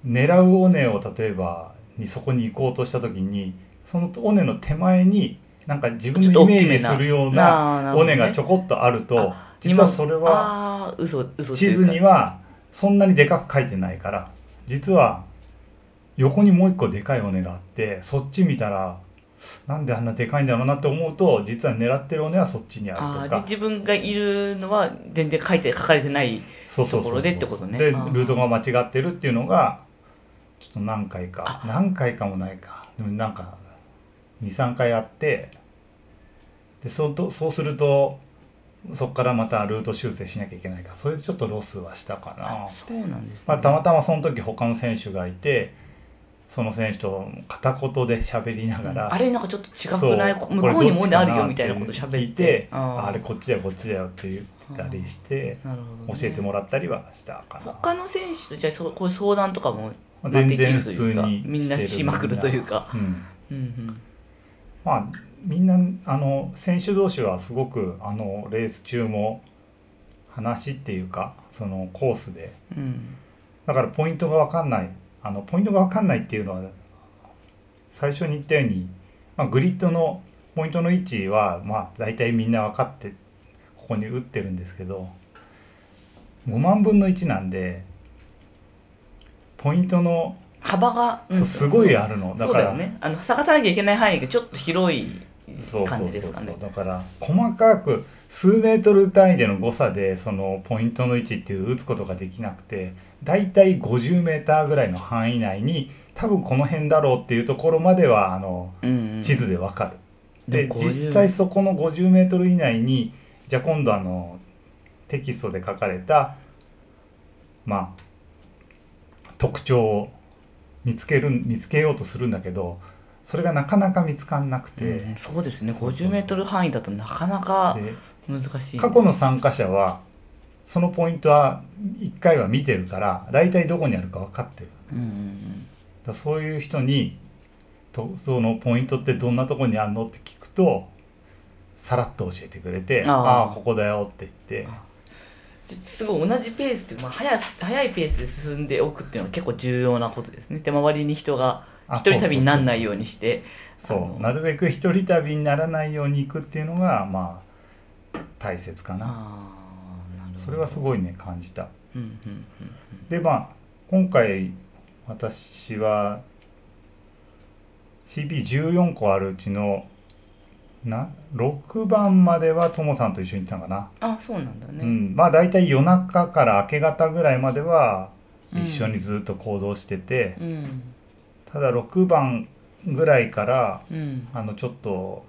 [SPEAKER 2] 狙う尾根を例えばにそこに行こうとした時にその尾根の手前になんか自分
[SPEAKER 1] ちょっと
[SPEAKER 2] のイ
[SPEAKER 1] 大
[SPEAKER 2] メ
[SPEAKER 1] き
[SPEAKER 2] ー
[SPEAKER 1] め
[SPEAKER 2] ジ
[SPEAKER 1] な
[SPEAKER 2] するような
[SPEAKER 1] あーなるほ
[SPEAKER 2] 尾
[SPEAKER 1] どね
[SPEAKER 2] 根がちょこっとあると
[SPEAKER 1] あ
[SPEAKER 2] 実はそれは
[SPEAKER 1] ああー嘘嘘ってい
[SPEAKER 2] 地
[SPEAKER 1] うか
[SPEAKER 2] 図にはそんなにでかく書いてないから実は横にもう一個でかい尾根があってそっち見たらなんであんなでかいんだろうなって思うと実は狙ってる尾根はそっちにあ
[SPEAKER 1] あ
[SPEAKER 2] ると
[SPEAKER 1] ーで
[SPEAKER 2] か
[SPEAKER 1] 自分がいるのは全然書いて書かれてない
[SPEAKER 2] そうそう
[SPEAKER 1] と
[SPEAKER 2] そ
[SPEAKER 1] こ
[SPEAKER 2] うそう
[SPEAKER 1] ろでってことね
[SPEAKER 2] で
[SPEAKER 1] あー
[SPEAKER 2] ルートが間違ってるっていうのがちょっと何回か
[SPEAKER 1] あ
[SPEAKER 2] 何回かもないかでもなんか23回あってでそうとそうするとそこからまたルート修正しなきゃいけないからそれでちょっとロスはしたかな。
[SPEAKER 1] そうなんですね、
[SPEAKER 2] まあ、たまたまその時他の選手がいてその選手と片言で喋りながら、
[SPEAKER 1] あれなんかちょっと違くない
[SPEAKER 2] そ
[SPEAKER 1] こ
[SPEAKER 2] う
[SPEAKER 1] 向こうにも
[SPEAKER 2] こ
[SPEAKER 1] ね
[SPEAKER 2] れどっちか
[SPEAKER 1] あ
[SPEAKER 2] な
[SPEAKER 1] るよみたいなこと喋って
[SPEAKER 2] 聞いて
[SPEAKER 1] あ
[SPEAKER 2] あ
[SPEAKER 1] ー
[SPEAKER 2] れこっちだよこっちだよって言ってたりして
[SPEAKER 1] なるほどね、
[SPEAKER 2] 教えてもらったりはしたかな。
[SPEAKER 1] 他の選手とじゃあそうこういう相談とかも
[SPEAKER 2] まあ全然
[SPEAKER 1] まあできるというか
[SPEAKER 2] 普通にしてる
[SPEAKER 1] みんなしまくるというか
[SPEAKER 2] うん
[SPEAKER 1] うんうん
[SPEAKER 2] まあみんなあの選手同士はすごくあのレース中も話っていうかそのコースで
[SPEAKER 1] うん
[SPEAKER 2] だからポイントが分かんないあのポイントが分かんないっていうのは最初に言ったように、まあ、グリッドのポイントの位置はまあ大体みんな分かってここに打ってるんですけど5万分の1なんでポイントの
[SPEAKER 1] 幅が、うん
[SPEAKER 2] すごいあるのだ
[SPEAKER 1] そう
[SPEAKER 2] か
[SPEAKER 1] だよ
[SPEAKER 2] ら
[SPEAKER 1] ねあの探さなきゃいけない範囲がちょっと広い感じですかね
[SPEAKER 2] だから細かく数メートル単位での誤差でそのポイントの位置っていう打つことができなくてだいたい50メーターぐらいの範囲内に多分この辺だろうっていうところまではあの
[SPEAKER 1] うんうん
[SPEAKER 2] 地図でわかる、で
[SPEAKER 1] も50
[SPEAKER 2] 実際そこの50メートル以内にじゃあ今度あのテキストで書かれたまあ特徴を見つける見つけようとするんだけどそれがなかなか見つかんなくて。
[SPEAKER 1] うんそうですね
[SPEAKER 2] そうそうそう
[SPEAKER 1] 50メートル範囲だとなかなか
[SPEAKER 2] で
[SPEAKER 1] 難しい
[SPEAKER 2] 過去の参加者はそのポイントは1回は見てるから大体どこにあるか分かってる
[SPEAKER 1] うんうんうん
[SPEAKER 2] だからそういう人にとそのポイントってどんなとこにあるのって聞くとさらっと教えてくれて
[SPEAKER 1] あー
[SPEAKER 2] ああーここだよって言って
[SPEAKER 1] すごい同じペースという、まあ、早早いペースで進んでおくっていうのは結構重要なことですね手周りに人が
[SPEAKER 2] あ
[SPEAKER 1] 一人旅にならないよう
[SPEAKER 2] に
[SPEAKER 1] にして
[SPEAKER 2] そうそうそうそ
[SPEAKER 1] あの
[SPEAKER 2] うそうなるべく一人旅にならないように行くっていうのがまあ大切かな
[SPEAKER 1] ああなるほど
[SPEAKER 2] それはすごいね感じた
[SPEAKER 1] うんうんうん
[SPEAKER 2] でまあ今回私は CP14 個あるうちのな6番まではともさんと一緒に行ったのかな、
[SPEAKER 1] あそうなんだね、
[SPEAKER 2] うん、まあ大体夜中から明け方ぐらいまでは一緒にずっと行動してて、
[SPEAKER 1] うん
[SPEAKER 2] ただ6番ぐらいから
[SPEAKER 1] うんうん
[SPEAKER 2] あのちょっと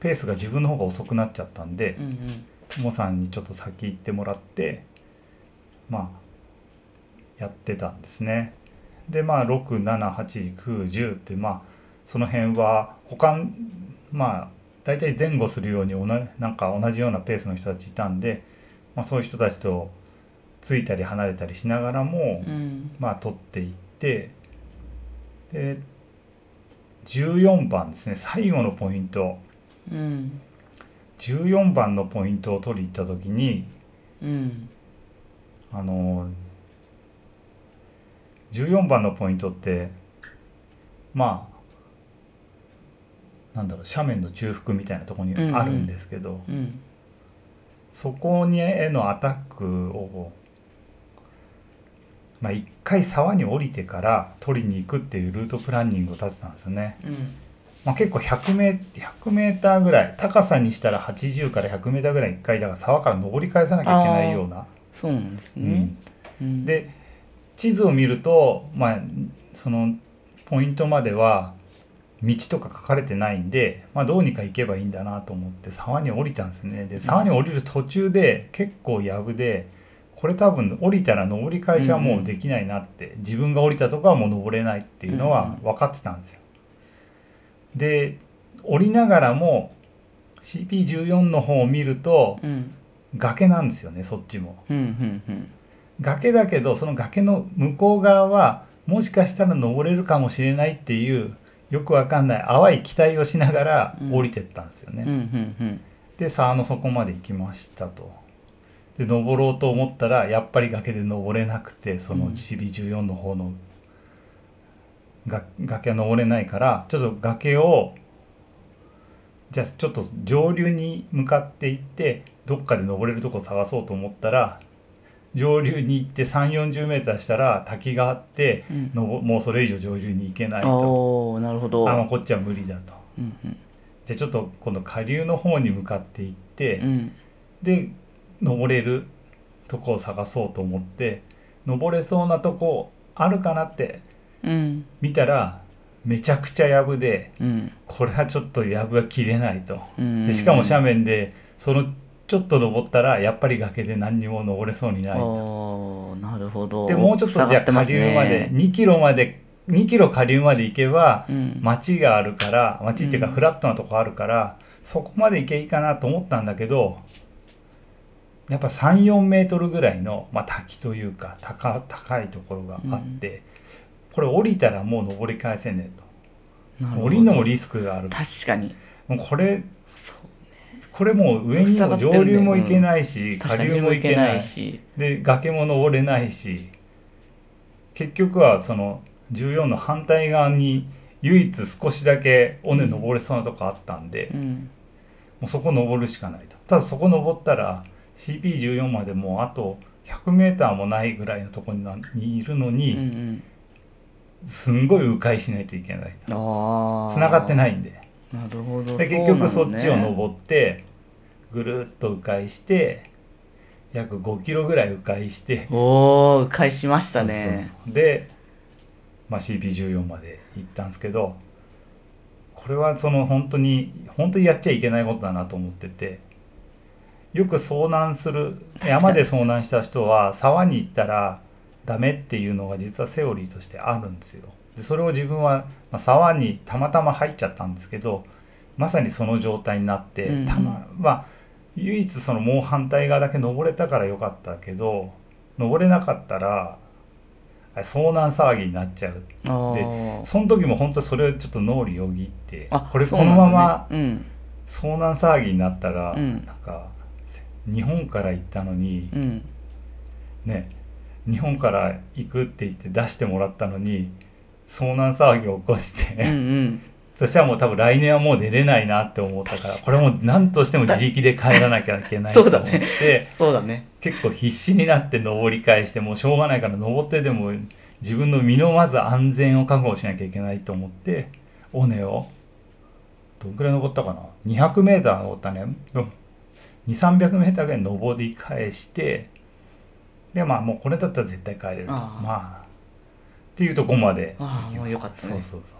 [SPEAKER 2] ペースが自分の方が遅くなっちゃったんで、
[SPEAKER 1] うん
[SPEAKER 2] ともさんにちょっと先行ってもらってまあやってたんですねでまあ678910ってまあその辺は他まあ大体前後するように同じなんか同じようなペースの人たちいたんで、まあ、そういう人たちとついたり離れたりしながらも、
[SPEAKER 1] うん
[SPEAKER 2] まあ取っていってで14番ですね最後のポイント
[SPEAKER 1] うん
[SPEAKER 2] 14番のポイントを取りに行った時に
[SPEAKER 1] うん
[SPEAKER 2] あの14番のポイントってまあなんだろう斜面の中腹みたいなところにあるんですけど、
[SPEAKER 1] うん
[SPEAKER 2] そこにへのアタックを、まあ、一回沢に降りてから取りに行くっていうルートプランニングを立てたんですよね。
[SPEAKER 1] うん
[SPEAKER 2] まあ、結構100メ ,100 メーターぐらい高さにしたら80から100メーターぐらい一回だから沢から登り返さなきゃいけないような。
[SPEAKER 1] そうなんです
[SPEAKER 2] うん
[SPEAKER 1] ね、うん、
[SPEAKER 2] で地図を見ると、まあ、そのポイントまでは道とか書かれてないんで、まあ、どうにか行けばいいんだなと思って沢に降りたんですねで沢に降りる途中で結構やぶでこれ多分降りたら登り返しはもうできないなって、自分が降りたとこはもう登れないっていうのは分かってたんですよ。で降りながらも CP14 の方を見ると
[SPEAKER 1] うん
[SPEAKER 2] 崖なんですよねそっちも。
[SPEAKER 1] うんうんうん
[SPEAKER 2] 崖だけどその崖の向こう側はもしかしたら登れるかもしれないっていうよくわかんない淡い期待をしながら
[SPEAKER 1] うん
[SPEAKER 2] 降りてったんですよね、
[SPEAKER 1] うんうんうん
[SPEAKER 2] で沢の底まで行きましたとで登ろうと思ったらやっぱり崖で登れなくてその
[SPEAKER 1] うん
[SPEAKER 2] CB14 の方のが崖は登れないからちょっと崖をじゃあちょっと上流に向かって行ってどっかで登れるとこ探そうと思ったら上流に行って3 4 0メーターしたら滝があって
[SPEAKER 1] うん
[SPEAKER 2] のぼもうそれ以上上流に行けないと
[SPEAKER 1] おおなるほど
[SPEAKER 2] あのこっちは無理だと
[SPEAKER 1] うんうん
[SPEAKER 2] じゃあちょっと今度下流の方に向かって行って、
[SPEAKER 1] うん
[SPEAKER 2] で登れるとこを探そうと思って登れそうなとこあるかなって
[SPEAKER 1] うん
[SPEAKER 2] 見たらめちゃくちゃ藪で
[SPEAKER 1] うん
[SPEAKER 2] これはちょっと藪は切れないと
[SPEAKER 1] うん
[SPEAKER 2] でしかも斜面でそのちょっと登ったらやっぱり崖で何にも登れそうにないと
[SPEAKER 1] おーなるほど
[SPEAKER 2] でもうちょっとじゃあ
[SPEAKER 1] 下がて
[SPEAKER 2] 下
[SPEAKER 1] ますね
[SPEAKER 2] 流まで2キロまで2キロ下流まで行けば
[SPEAKER 1] うん
[SPEAKER 2] 町があるから町っていうか
[SPEAKER 1] うん
[SPEAKER 2] フラットなとこあるから、そこまで行けばいいかなと思ったんだけどやっぱ3 4メートルぐらいの、まあ、滝というか高高いところがあって、これ降りたらもう登り返せね
[SPEAKER 1] なるほ
[SPEAKER 2] えと
[SPEAKER 1] ど
[SPEAKER 2] 降りるのもリスクがある
[SPEAKER 1] 確かに
[SPEAKER 2] もうこれ
[SPEAKER 1] そう
[SPEAKER 2] これもう上に
[SPEAKER 1] 塞が
[SPEAKER 2] も
[SPEAKER 1] ってるね
[SPEAKER 2] 上流も行けないし、下
[SPEAKER 1] 確かに
[SPEAKER 2] 流も行けない
[SPEAKER 1] し
[SPEAKER 2] で崖も登れないし結局はその14の反対側に唯一少しだけ尾根登れそうなとこあったんで、
[SPEAKER 1] うん
[SPEAKER 2] もうそこ登るしかないとただそこ登ったら CP14 までもうあと 100m もないぐらいのとこになにいるの
[SPEAKER 1] う
[SPEAKER 2] に、
[SPEAKER 1] ん
[SPEAKER 2] すんごい迂回しないといけない
[SPEAKER 1] うんああ
[SPEAKER 2] 繋がってないいんで
[SPEAKER 1] なるほど
[SPEAKER 2] で結局そう
[SPEAKER 1] なの
[SPEAKER 2] っ
[SPEAKER 1] ね
[SPEAKER 2] ちを登ってぐるっと迂回して約5キロぐらい迂回して
[SPEAKER 1] おお迂回しましたね
[SPEAKER 2] そうそうそうで、まあ、CP14 まで行ったんですけどこれはその本当に本当にやっちゃいけないことだなと思っててよく遭難する
[SPEAKER 1] 確かに
[SPEAKER 2] 山で遭難した人は沢に行ったらダメっていうのが実はセオリーとしてあるんですよ。でそれを自分は、まあ、沢にたまたま入っちゃったんですけどまさにその状態になって、
[SPEAKER 1] うんうん
[SPEAKER 2] たままあ唯一そのもう反対側だけ登れたからよかったけど登れなかったらあれ遭難騒ぎになっちゃう
[SPEAKER 1] あー
[SPEAKER 2] その時も本当それをちょっと脳裏よぎって
[SPEAKER 1] あ
[SPEAKER 2] これ
[SPEAKER 1] そ
[SPEAKER 2] こ
[SPEAKER 1] う
[SPEAKER 2] の
[SPEAKER 1] なんだ
[SPEAKER 2] ま
[SPEAKER 1] ね
[SPEAKER 2] ま
[SPEAKER 1] うん
[SPEAKER 2] 遭難騒ぎになったら、
[SPEAKER 1] うん
[SPEAKER 2] なんか日本から行ったのに、
[SPEAKER 1] うん
[SPEAKER 2] ね日本から行くって言って出してもらったのに遭難騒ぎを起こして、
[SPEAKER 1] うんうん
[SPEAKER 2] そしたらもう多分来年はもう出れないなって思ったからこれもう何としても自力で帰らなきゃいけないと思っ
[SPEAKER 1] そうだ
[SPEAKER 2] て
[SPEAKER 1] そうだね
[SPEAKER 2] 結構必死になって登り返してもうしょうがないから登ってでも自分の身のまず安全を確保しなきゃいけないと思って尾根をどんくらい登ったかな 200m 登ったね2 3 0 0ーぐらい登り返してでまあもうこれだったら絶対帰れると
[SPEAKER 1] ああ
[SPEAKER 2] まあっていうとこまで
[SPEAKER 1] ああもうよかった
[SPEAKER 2] そう
[SPEAKER 1] ね
[SPEAKER 2] そうそう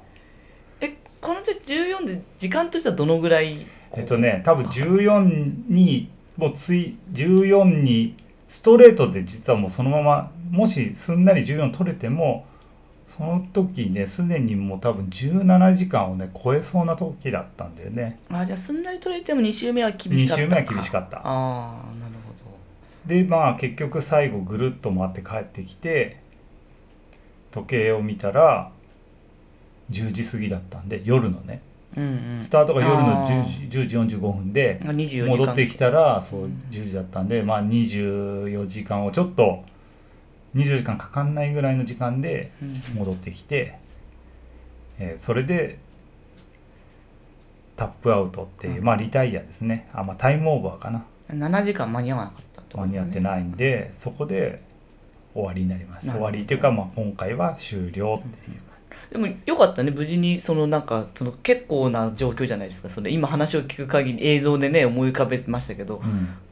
[SPEAKER 1] えこの時14で時間としてはどのぐらい
[SPEAKER 2] えっとね多分14にもうつい14にストレートで実はもうそのままもしすんなり14取れてもその時ねすでにもう多分17時間をね超えそうな時だったんだよね
[SPEAKER 1] あじゃあすんなり取れても2周目は厳し
[SPEAKER 2] 2
[SPEAKER 1] かったか
[SPEAKER 2] 周目は厳しかった
[SPEAKER 1] ああなるほど
[SPEAKER 2] でまあ結局最後ぐるっと回って帰ってきて時計を見たら10時過ぎだったんで夜のね
[SPEAKER 1] うんうん
[SPEAKER 2] スタートが夜の
[SPEAKER 1] あー
[SPEAKER 2] 10, 時10時45分で
[SPEAKER 1] なんか24時間
[SPEAKER 2] 戻ってきたらそううん10時だったんで、まあ、24時間をちょっと24時間かかんないぐらいの時間で
[SPEAKER 1] うん
[SPEAKER 2] 戻ってきて、えーそれでタップアウトっていう、
[SPEAKER 1] うん
[SPEAKER 2] まあリタイアですねあ、まあ、タイムオーバーかな
[SPEAKER 1] 7時間間に合わなかったってこと
[SPEAKER 2] 間
[SPEAKER 1] だね
[SPEAKER 2] に合ってないんでそこで終わりになりました
[SPEAKER 1] なるほ
[SPEAKER 2] 終
[SPEAKER 1] ど
[SPEAKER 2] わりっていうか、まあ、今回は終了っていう
[SPEAKER 1] でもよかったね無事にそのなんかその結構な状況じゃないですかそれ今話を聞く限り映像でね思い浮かべてましたけど、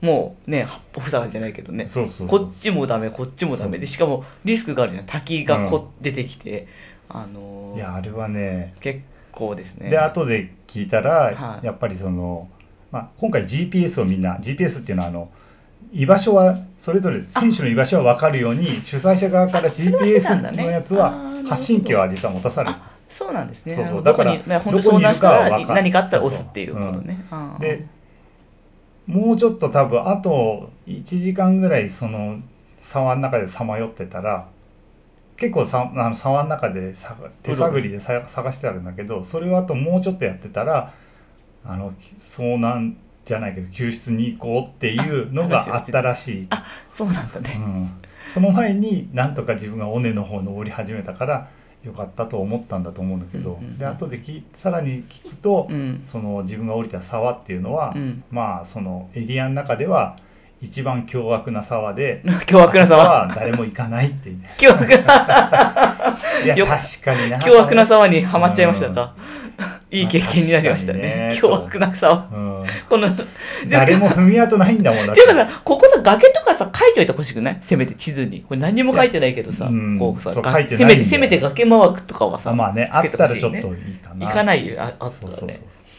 [SPEAKER 1] もうね八方塞がりじゃないけどね
[SPEAKER 2] そうそうそう
[SPEAKER 1] こっちもダメこっちもダメでしかもリスクがあるじゃない滝がこ、出てきてあのー
[SPEAKER 2] いやあれはね
[SPEAKER 1] 結構ですね
[SPEAKER 2] で後で聞いたら、
[SPEAKER 1] はい
[SPEAKER 2] やっぱりその、まあ、今回 GPS をみんな GPS っていうのはあの居場所はそれぞれ選手の居場所は分かるように主催者側から
[SPEAKER 1] それはしてた
[SPEAKER 2] GPS
[SPEAKER 1] んだね
[SPEAKER 2] のやつ
[SPEAKER 1] あーなるほど
[SPEAKER 2] は発信機は実は持たされてた
[SPEAKER 1] あそうなんですね
[SPEAKER 2] そうそう
[SPEAKER 1] あの
[SPEAKER 2] だから
[SPEAKER 1] どこにまあ本当
[SPEAKER 2] ど
[SPEAKER 1] 相
[SPEAKER 2] こにい
[SPEAKER 1] 談
[SPEAKER 2] る
[SPEAKER 1] し
[SPEAKER 2] か
[SPEAKER 1] た
[SPEAKER 2] は
[SPEAKER 1] ら
[SPEAKER 2] わか
[SPEAKER 1] 何かあったら押すっていうことねあー
[SPEAKER 2] でもうちょっと多分あと1時間ぐらいその沢の中でさまよってたら結構さあの沢の中でさ手探りでさ探してあるんだけどそれをあともうちょっとやってたらあの遭難じゃないけど救出に行こうっていうのがあったらしい。
[SPEAKER 1] あそうなんだ
[SPEAKER 2] う
[SPEAKER 1] ね、
[SPEAKER 2] ん、その前になんとか自分が尾根の方に登り始めたからよかったと思ったんだと思うんだけ
[SPEAKER 1] う
[SPEAKER 2] ど、
[SPEAKER 1] んうんうん
[SPEAKER 2] で後で聞いさらに聞くと、
[SPEAKER 1] うん
[SPEAKER 2] その自分が降りた沢っていうのは、
[SPEAKER 1] うん
[SPEAKER 2] まあそのエリアの中では一番凶悪な沢で
[SPEAKER 1] <laughs> 凶悪な沢
[SPEAKER 2] あそこは誰も行かないって言っ
[SPEAKER 1] 凶悪な
[SPEAKER 2] ていや
[SPEAKER 1] よ
[SPEAKER 2] 確かにな
[SPEAKER 1] 凶悪な沢にはまっちゃいましたか <laughs> いい経験になりました
[SPEAKER 2] まあ確かに
[SPEAKER 1] ね
[SPEAKER 2] ね
[SPEAKER 1] 凶悪な沢
[SPEAKER 2] うん
[SPEAKER 1] この
[SPEAKER 2] 誰も踏み跡ないんだもんだ
[SPEAKER 1] っていうかさここさ崖とかさ書いといてほしくないせめて地図にこれ何にも書いてないけどさ
[SPEAKER 2] うん
[SPEAKER 1] こうさ
[SPEAKER 2] そう
[SPEAKER 1] が
[SPEAKER 2] 書い
[SPEAKER 1] せ
[SPEAKER 2] てな
[SPEAKER 1] め
[SPEAKER 2] いんだ
[SPEAKER 1] て
[SPEAKER 2] よ
[SPEAKER 1] せめて崖マークとかはさ
[SPEAKER 2] あまあね
[SPEAKER 1] つ
[SPEAKER 2] あっ
[SPEAKER 1] けてほ
[SPEAKER 2] た
[SPEAKER 1] し
[SPEAKER 2] ら
[SPEAKER 1] い
[SPEAKER 2] ちょっ
[SPEAKER 1] ね
[SPEAKER 2] といいかな
[SPEAKER 1] 行かないよああった
[SPEAKER 2] そう
[SPEAKER 1] ら
[SPEAKER 2] そうそう
[SPEAKER 1] ね
[SPEAKER 2] そう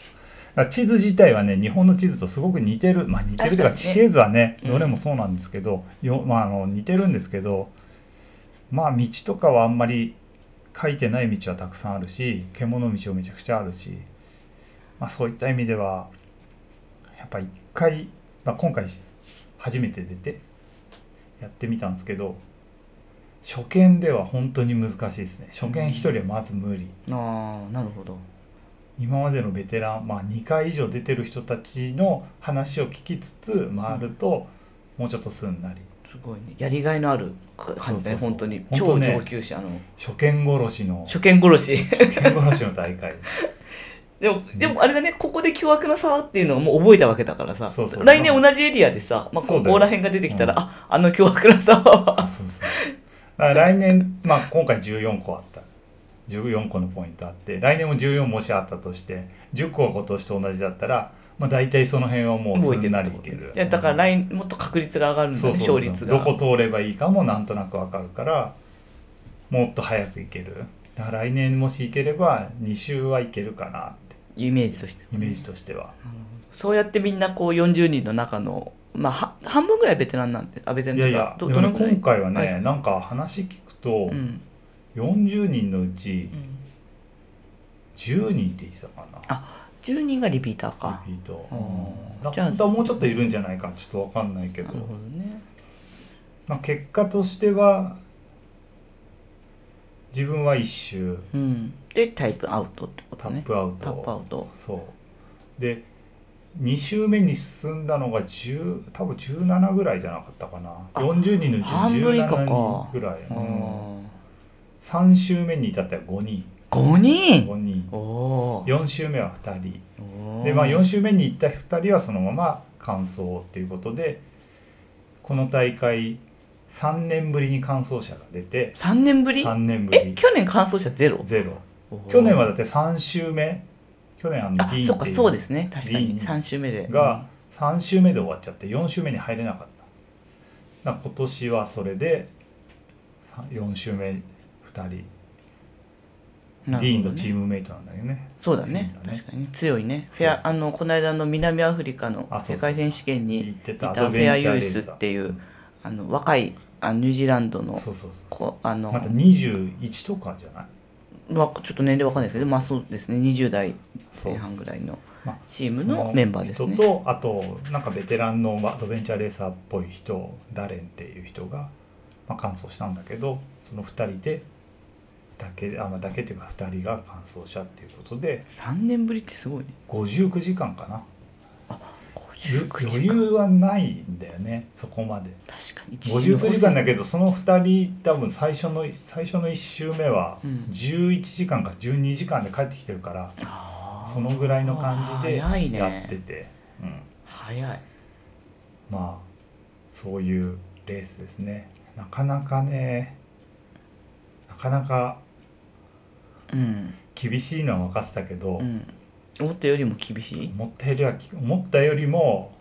[SPEAKER 2] だから地図自体はね日本の地図とすごく似てるまあ似てるというか
[SPEAKER 1] 確か
[SPEAKER 2] 地
[SPEAKER 1] にね
[SPEAKER 2] 形図はね
[SPEAKER 1] うん
[SPEAKER 2] どれもそうなんですけど、よまあ、あの似てるんですけどまあ道とかはあんまり書いてない道はたくさんあるし獣道もめちゃくちゃあるし、まあ、そういった意味ではやっぱ一回、まあ、今回初めて出てやってみたんですけど初見では本当に難しいですね初見一人はまず無理。
[SPEAKER 1] ああなるほど
[SPEAKER 2] 今までのベテラン、まあ、2回以上出てる人たちの話を聞きつつ回ると、もうちょっとすんなり
[SPEAKER 1] すごいねやりがいのある感じだね
[SPEAKER 2] そうそうそう
[SPEAKER 1] 本当に
[SPEAKER 2] 本当ね
[SPEAKER 1] 超上級者の
[SPEAKER 2] 初見殺しの
[SPEAKER 1] 初見殺
[SPEAKER 2] <laughs>
[SPEAKER 1] し
[SPEAKER 2] 初見殺しの大
[SPEAKER 1] <laughs>
[SPEAKER 2] 会
[SPEAKER 1] でもでもあれだねここで凶悪な沢っていうのをもう覚えたわけだからさ
[SPEAKER 2] そうそう
[SPEAKER 1] 来年同じエリアでさ、まあ、
[SPEAKER 2] そう
[SPEAKER 1] こ
[SPEAKER 2] だよ
[SPEAKER 1] こら辺が出てきたら、
[SPEAKER 2] うん
[SPEAKER 1] ああの凶悪な沢は
[SPEAKER 2] あそうそうだから来年、まあ、今回14個あった14個のポイントあって来年も14もしあったとして10個が今年と同じだったら、まあ、大体その辺はもうす
[SPEAKER 1] 覚えてる
[SPEAKER 2] んな
[SPEAKER 1] って
[SPEAKER 2] りい
[SPEAKER 1] ことね
[SPEAKER 2] ける
[SPEAKER 1] いやだから来もっと確率が上がるんだね
[SPEAKER 2] そうそう
[SPEAKER 1] 勝率が
[SPEAKER 2] どこ通ればいいかもなんとなくわかるからもっと早く行けるだから来年もし行ければ2周は行けるかなって
[SPEAKER 1] イメージとして
[SPEAKER 2] イメージとしては、
[SPEAKER 1] そうやってみんなこう40人の中の、まあ、は半分ぐらいベテランなんであベテラン
[SPEAKER 2] い
[SPEAKER 1] と
[SPEAKER 2] や
[SPEAKER 1] いう
[SPEAKER 2] い
[SPEAKER 1] か
[SPEAKER 2] や
[SPEAKER 1] ど
[SPEAKER 2] で
[SPEAKER 1] ど
[SPEAKER 2] も
[SPEAKER 1] の
[SPEAKER 2] ね
[SPEAKER 1] ぐらい
[SPEAKER 2] 今回は
[SPEAKER 1] あれです
[SPEAKER 2] ね
[SPEAKER 1] か
[SPEAKER 2] なんか話聞くと
[SPEAKER 1] うん
[SPEAKER 2] 40人のうち
[SPEAKER 1] うん
[SPEAKER 2] 10人って言ってたかな
[SPEAKER 1] 10人がリピーターか
[SPEAKER 2] リピート
[SPEAKER 1] あー
[SPEAKER 2] うんだ
[SPEAKER 1] じ
[SPEAKER 2] か
[SPEAKER 1] ゃあ
[SPEAKER 2] ら本当はもうちょっといるんじゃないかちょっとわかんないけ
[SPEAKER 1] な
[SPEAKER 2] ど
[SPEAKER 1] るほどね
[SPEAKER 2] まあ、結果としては自分は1周
[SPEAKER 1] うんでタイプアウトってこと
[SPEAKER 2] タ
[SPEAKER 1] ね
[SPEAKER 2] ップアウト、
[SPEAKER 1] タップアウト
[SPEAKER 2] そうで2周目に進んだのが10多分17ぐらいじゃなかったかな
[SPEAKER 1] あ
[SPEAKER 2] 40人のうち
[SPEAKER 1] 半分以下か
[SPEAKER 2] 17人ぐらい、
[SPEAKER 1] あ
[SPEAKER 2] うん、
[SPEAKER 1] ー
[SPEAKER 2] 3周目に至っては5人
[SPEAKER 1] 5人
[SPEAKER 2] 5人
[SPEAKER 1] おおー
[SPEAKER 2] 4周目は2人
[SPEAKER 1] おー
[SPEAKER 2] で、まあ、4周目に行った2人はそのまま完走っていうことでこの大会3年ぶりに完走者が出て
[SPEAKER 1] 3年ぶり
[SPEAKER 2] 3年ぶ
[SPEAKER 1] え
[SPEAKER 2] り
[SPEAKER 1] 去年完走者ゼロ
[SPEAKER 2] ゼロ去年はだってて3周目去年あの
[SPEAKER 1] あ
[SPEAKER 2] ディーン
[SPEAKER 1] そっ
[SPEAKER 2] っ
[SPEAKER 1] か
[SPEAKER 2] てい
[SPEAKER 1] そうですね確か
[SPEAKER 2] ディーン
[SPEAKER 1] に3週目で
[SPEAKER 2] が3週目で終わっちゃって4週目に入れなかっただから今年はそれでさ4週目2人、
[SPEAKER 1] うん
[SPEAKER 2] デ
[SPEAKER 1] なるほどね
[SPEAKER 2] ィーンのチームメイトなんだよね
[SPEAKER 1] そうだね
[SPEAKER 2] だね
[SPEAKER 1] 確かに強いねフ
[SPEAKER 2] そうそう
[SPEAKER 1] ェ
[SPEAKER 2] そう
[SPEAKER 1] アあのこの間の南アフリカの
[SPEAKER 2] あそうそうそう
[SPEAKER 1] 世界選手権
[SPEAKER 2] 行っ
[SPEAKER 1] に
[SPEAKER 2] て
[SPEAKER 1] いた
[SPEAKER 2] た
[SPEAKER 1] フェアユー
[SPEAKER 2] レ
[SPEAKER 1] ス
[SPEAKER 2] ー
[SPEAKER 1] っていうあの若いあのニュージーランドの
[SPEAKER 2] そうそうそう
[SPEAKER 1] こあの、
[SPEAKER 2] また21とかじゃない
[SPEAKER 1] わちょっと年齢わかんないですけど
[SPEAKER 2] そうそうそう
[SPEAKER 1] まあそうですね20代
[SPEAKER 2] そう
[SPEAKER 1] 前半ぐらいの
[SPEAKER 2] まあ
[SPEAKER 1] チームのメンバーですね
[SPEAKER 2] その人とあとなんかベテランのアドベンチャーレーサーっぽい人ダレンっていう人が、まあ、完走したんだけどその2人でだけあ、まあ、だけっていうか2人が完走者っていうことで
[SPEAKER 1] 3年ぶりってすごいね
[SPEAKER 2] 59時間かな
[SPEAKER 1] 59時
[SPEAKER 2] 余
[SPEAKER 1] 間
[SPEAKER 2] 裕はないんだよねそこまで
[SPEAKER 1] 確かに
[SPEAKER 2] 59時間だけ
[SPEAKER 1] ど
[SPEAKER 2] どその2人多分最初の最初の1周目は
[SPEAKER 1] うん
[SPEAKER 2] 11時間か12時間で帰ってきてるから、そのぐらいの感じでや
[SPEAKER 1] 早いね
[SPEAKER 2] ってて、うん、
[SPEAKER 1] 早い
[SPEAKER 2] まあそういうレースですねなかなかねなかなか
[SPEAKER 1] うん、
[SPEAKER 2] 厳しいのは分かってたけど、
[SPEAKER 1] うん、思ったよりも厳しい
[SPEAKER 2] 思ったよりはき思ったよりも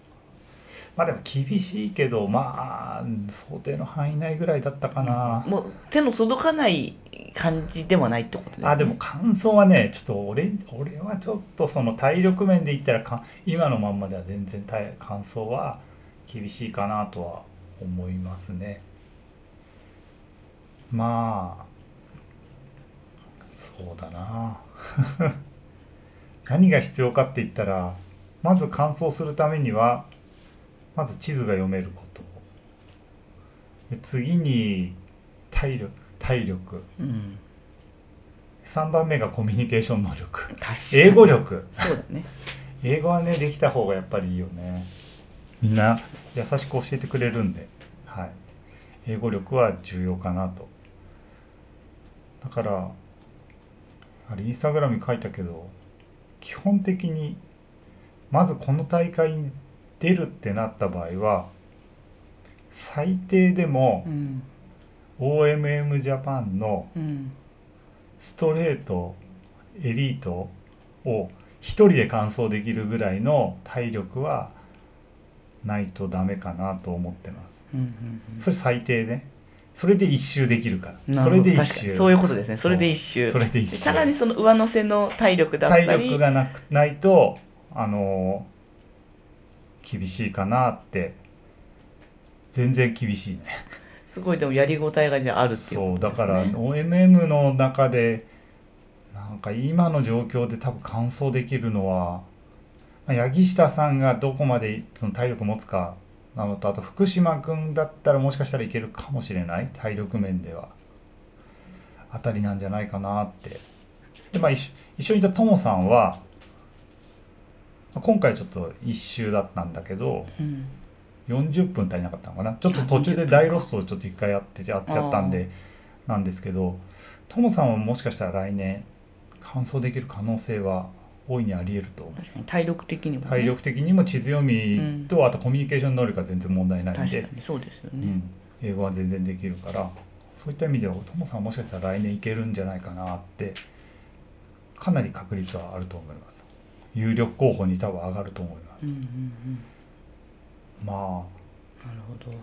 [SPEAKER 2] まあでも厳しいけどまあ想定の範囲内ぐらいだったかな、
[SPEAKER 1] もう手の届かない感じではないってことです、ね、
[SPEAKER 2] あでも感想はねちょっと俺俺はちょっとその体力面で言ったらか今のまんまでは全然体感想は厳しいかなとは思いますねまあそうだな <laughs> 何が必要かって言ったらまず完走するためにはまず地図が読めることで次に体力体力
[SPEAKER 1] うん、
[SPEAKER 2] 3番目がコミュニケーション能力
[SPEAKER 1] 確かに
[SPEAKER 2] 英語力
[SPEAKER 1] そうだね
[SPEAKER 2] 英語はねできた方がやっぱりいいよねみんな優しく教えてくれるんで、はい、英語力は重要かなとだからあれインスタグラムに書いたけど基本的にまずこの大会に出るってなった場合は最低でも
[SPEAKER 1] うん
[SPEAKER 2] OMM ジャパンの
[SPEAKER 1] うん
[SPEAKER 2] ストレートエリートを一人で完走できるぐらいの体力はないとダメかなと思ってます。
[SPEAKER 1] うんうんうん
[SPEAKER 2] それ最低ね。それで一周できるから。
[SPEAKER 1] な
[SPEAKER 2] そ
[SPEAKER 1] る
[SPEAKER 2] れ
[SPEAKER 1] ほど
[SPEAKER 2] で
[SPEAKER 1] 確
[SPEAKER 2] 一
[SPEAKER 1] か
[SPEAKER 2] 周。
[SPEAKER 1] にそういうことですねそれで一周
[SPEAKER 2] それで一周
[SPEAKER 1] さらにその上乗せの体力だったり
[SPEAKER 2] 体力がなくないとあのー厳しいかなって全然厳しいね
[SPEAKER 1] すごいでもやりごたえがじゃああるっていう
[SPEAKER 2] そう
[SPEAKER 1] ことですね
[SPEAKER 2] だから OMM の中でなんか今の状況で多分完走できるのはまあ八木下さんがどこまでその体力持つかなのとあと福島君だったらもしかしたらいけるかもしれない体力面ではあたりなんじゃないかなってで、まあ、一緒一緒にいたともさんはまあ今回ちょっと一周だったんだけど
[SPEAKER 1] うん
[SPEAKER 2] 40分足りなかったのかなちょっと
[SPEAKER 1] あ
[SPEAKER 2] 途中
[SPEAKER 1] 40
[SPEAKER 2] で
[SPEAKER 1] 分
[SPEAKER 2] 大ロストをちょっと一回やってやっちゃったんでなんですけどトモさんはもしかしたら来年完走できる可能性は大いにありえると思う
[SPEAKER 1] 確かに体力的にも、ね、
[SPEAKER 2] 体力的にも地図読みと、あとコミュニケーション能力は全然問題ないん
[SPEAKER 1] 確
[SPEAKER 2] で
[SPEAKER 1] か、にそうですよ
[SPEAKER 2] う
[SPEAKER 1] ね、
[SPEAKER 2] ん、英語は全然できるからそういった意味ではトモさんはもしかしたら来年いけるんじゃないかなってかなり確率はあると思います有力候補に多分上がると思います
[SPEAKER 1] うんうんうん
[SPEAKER 2] ま
[SPEAKER 1] なるほど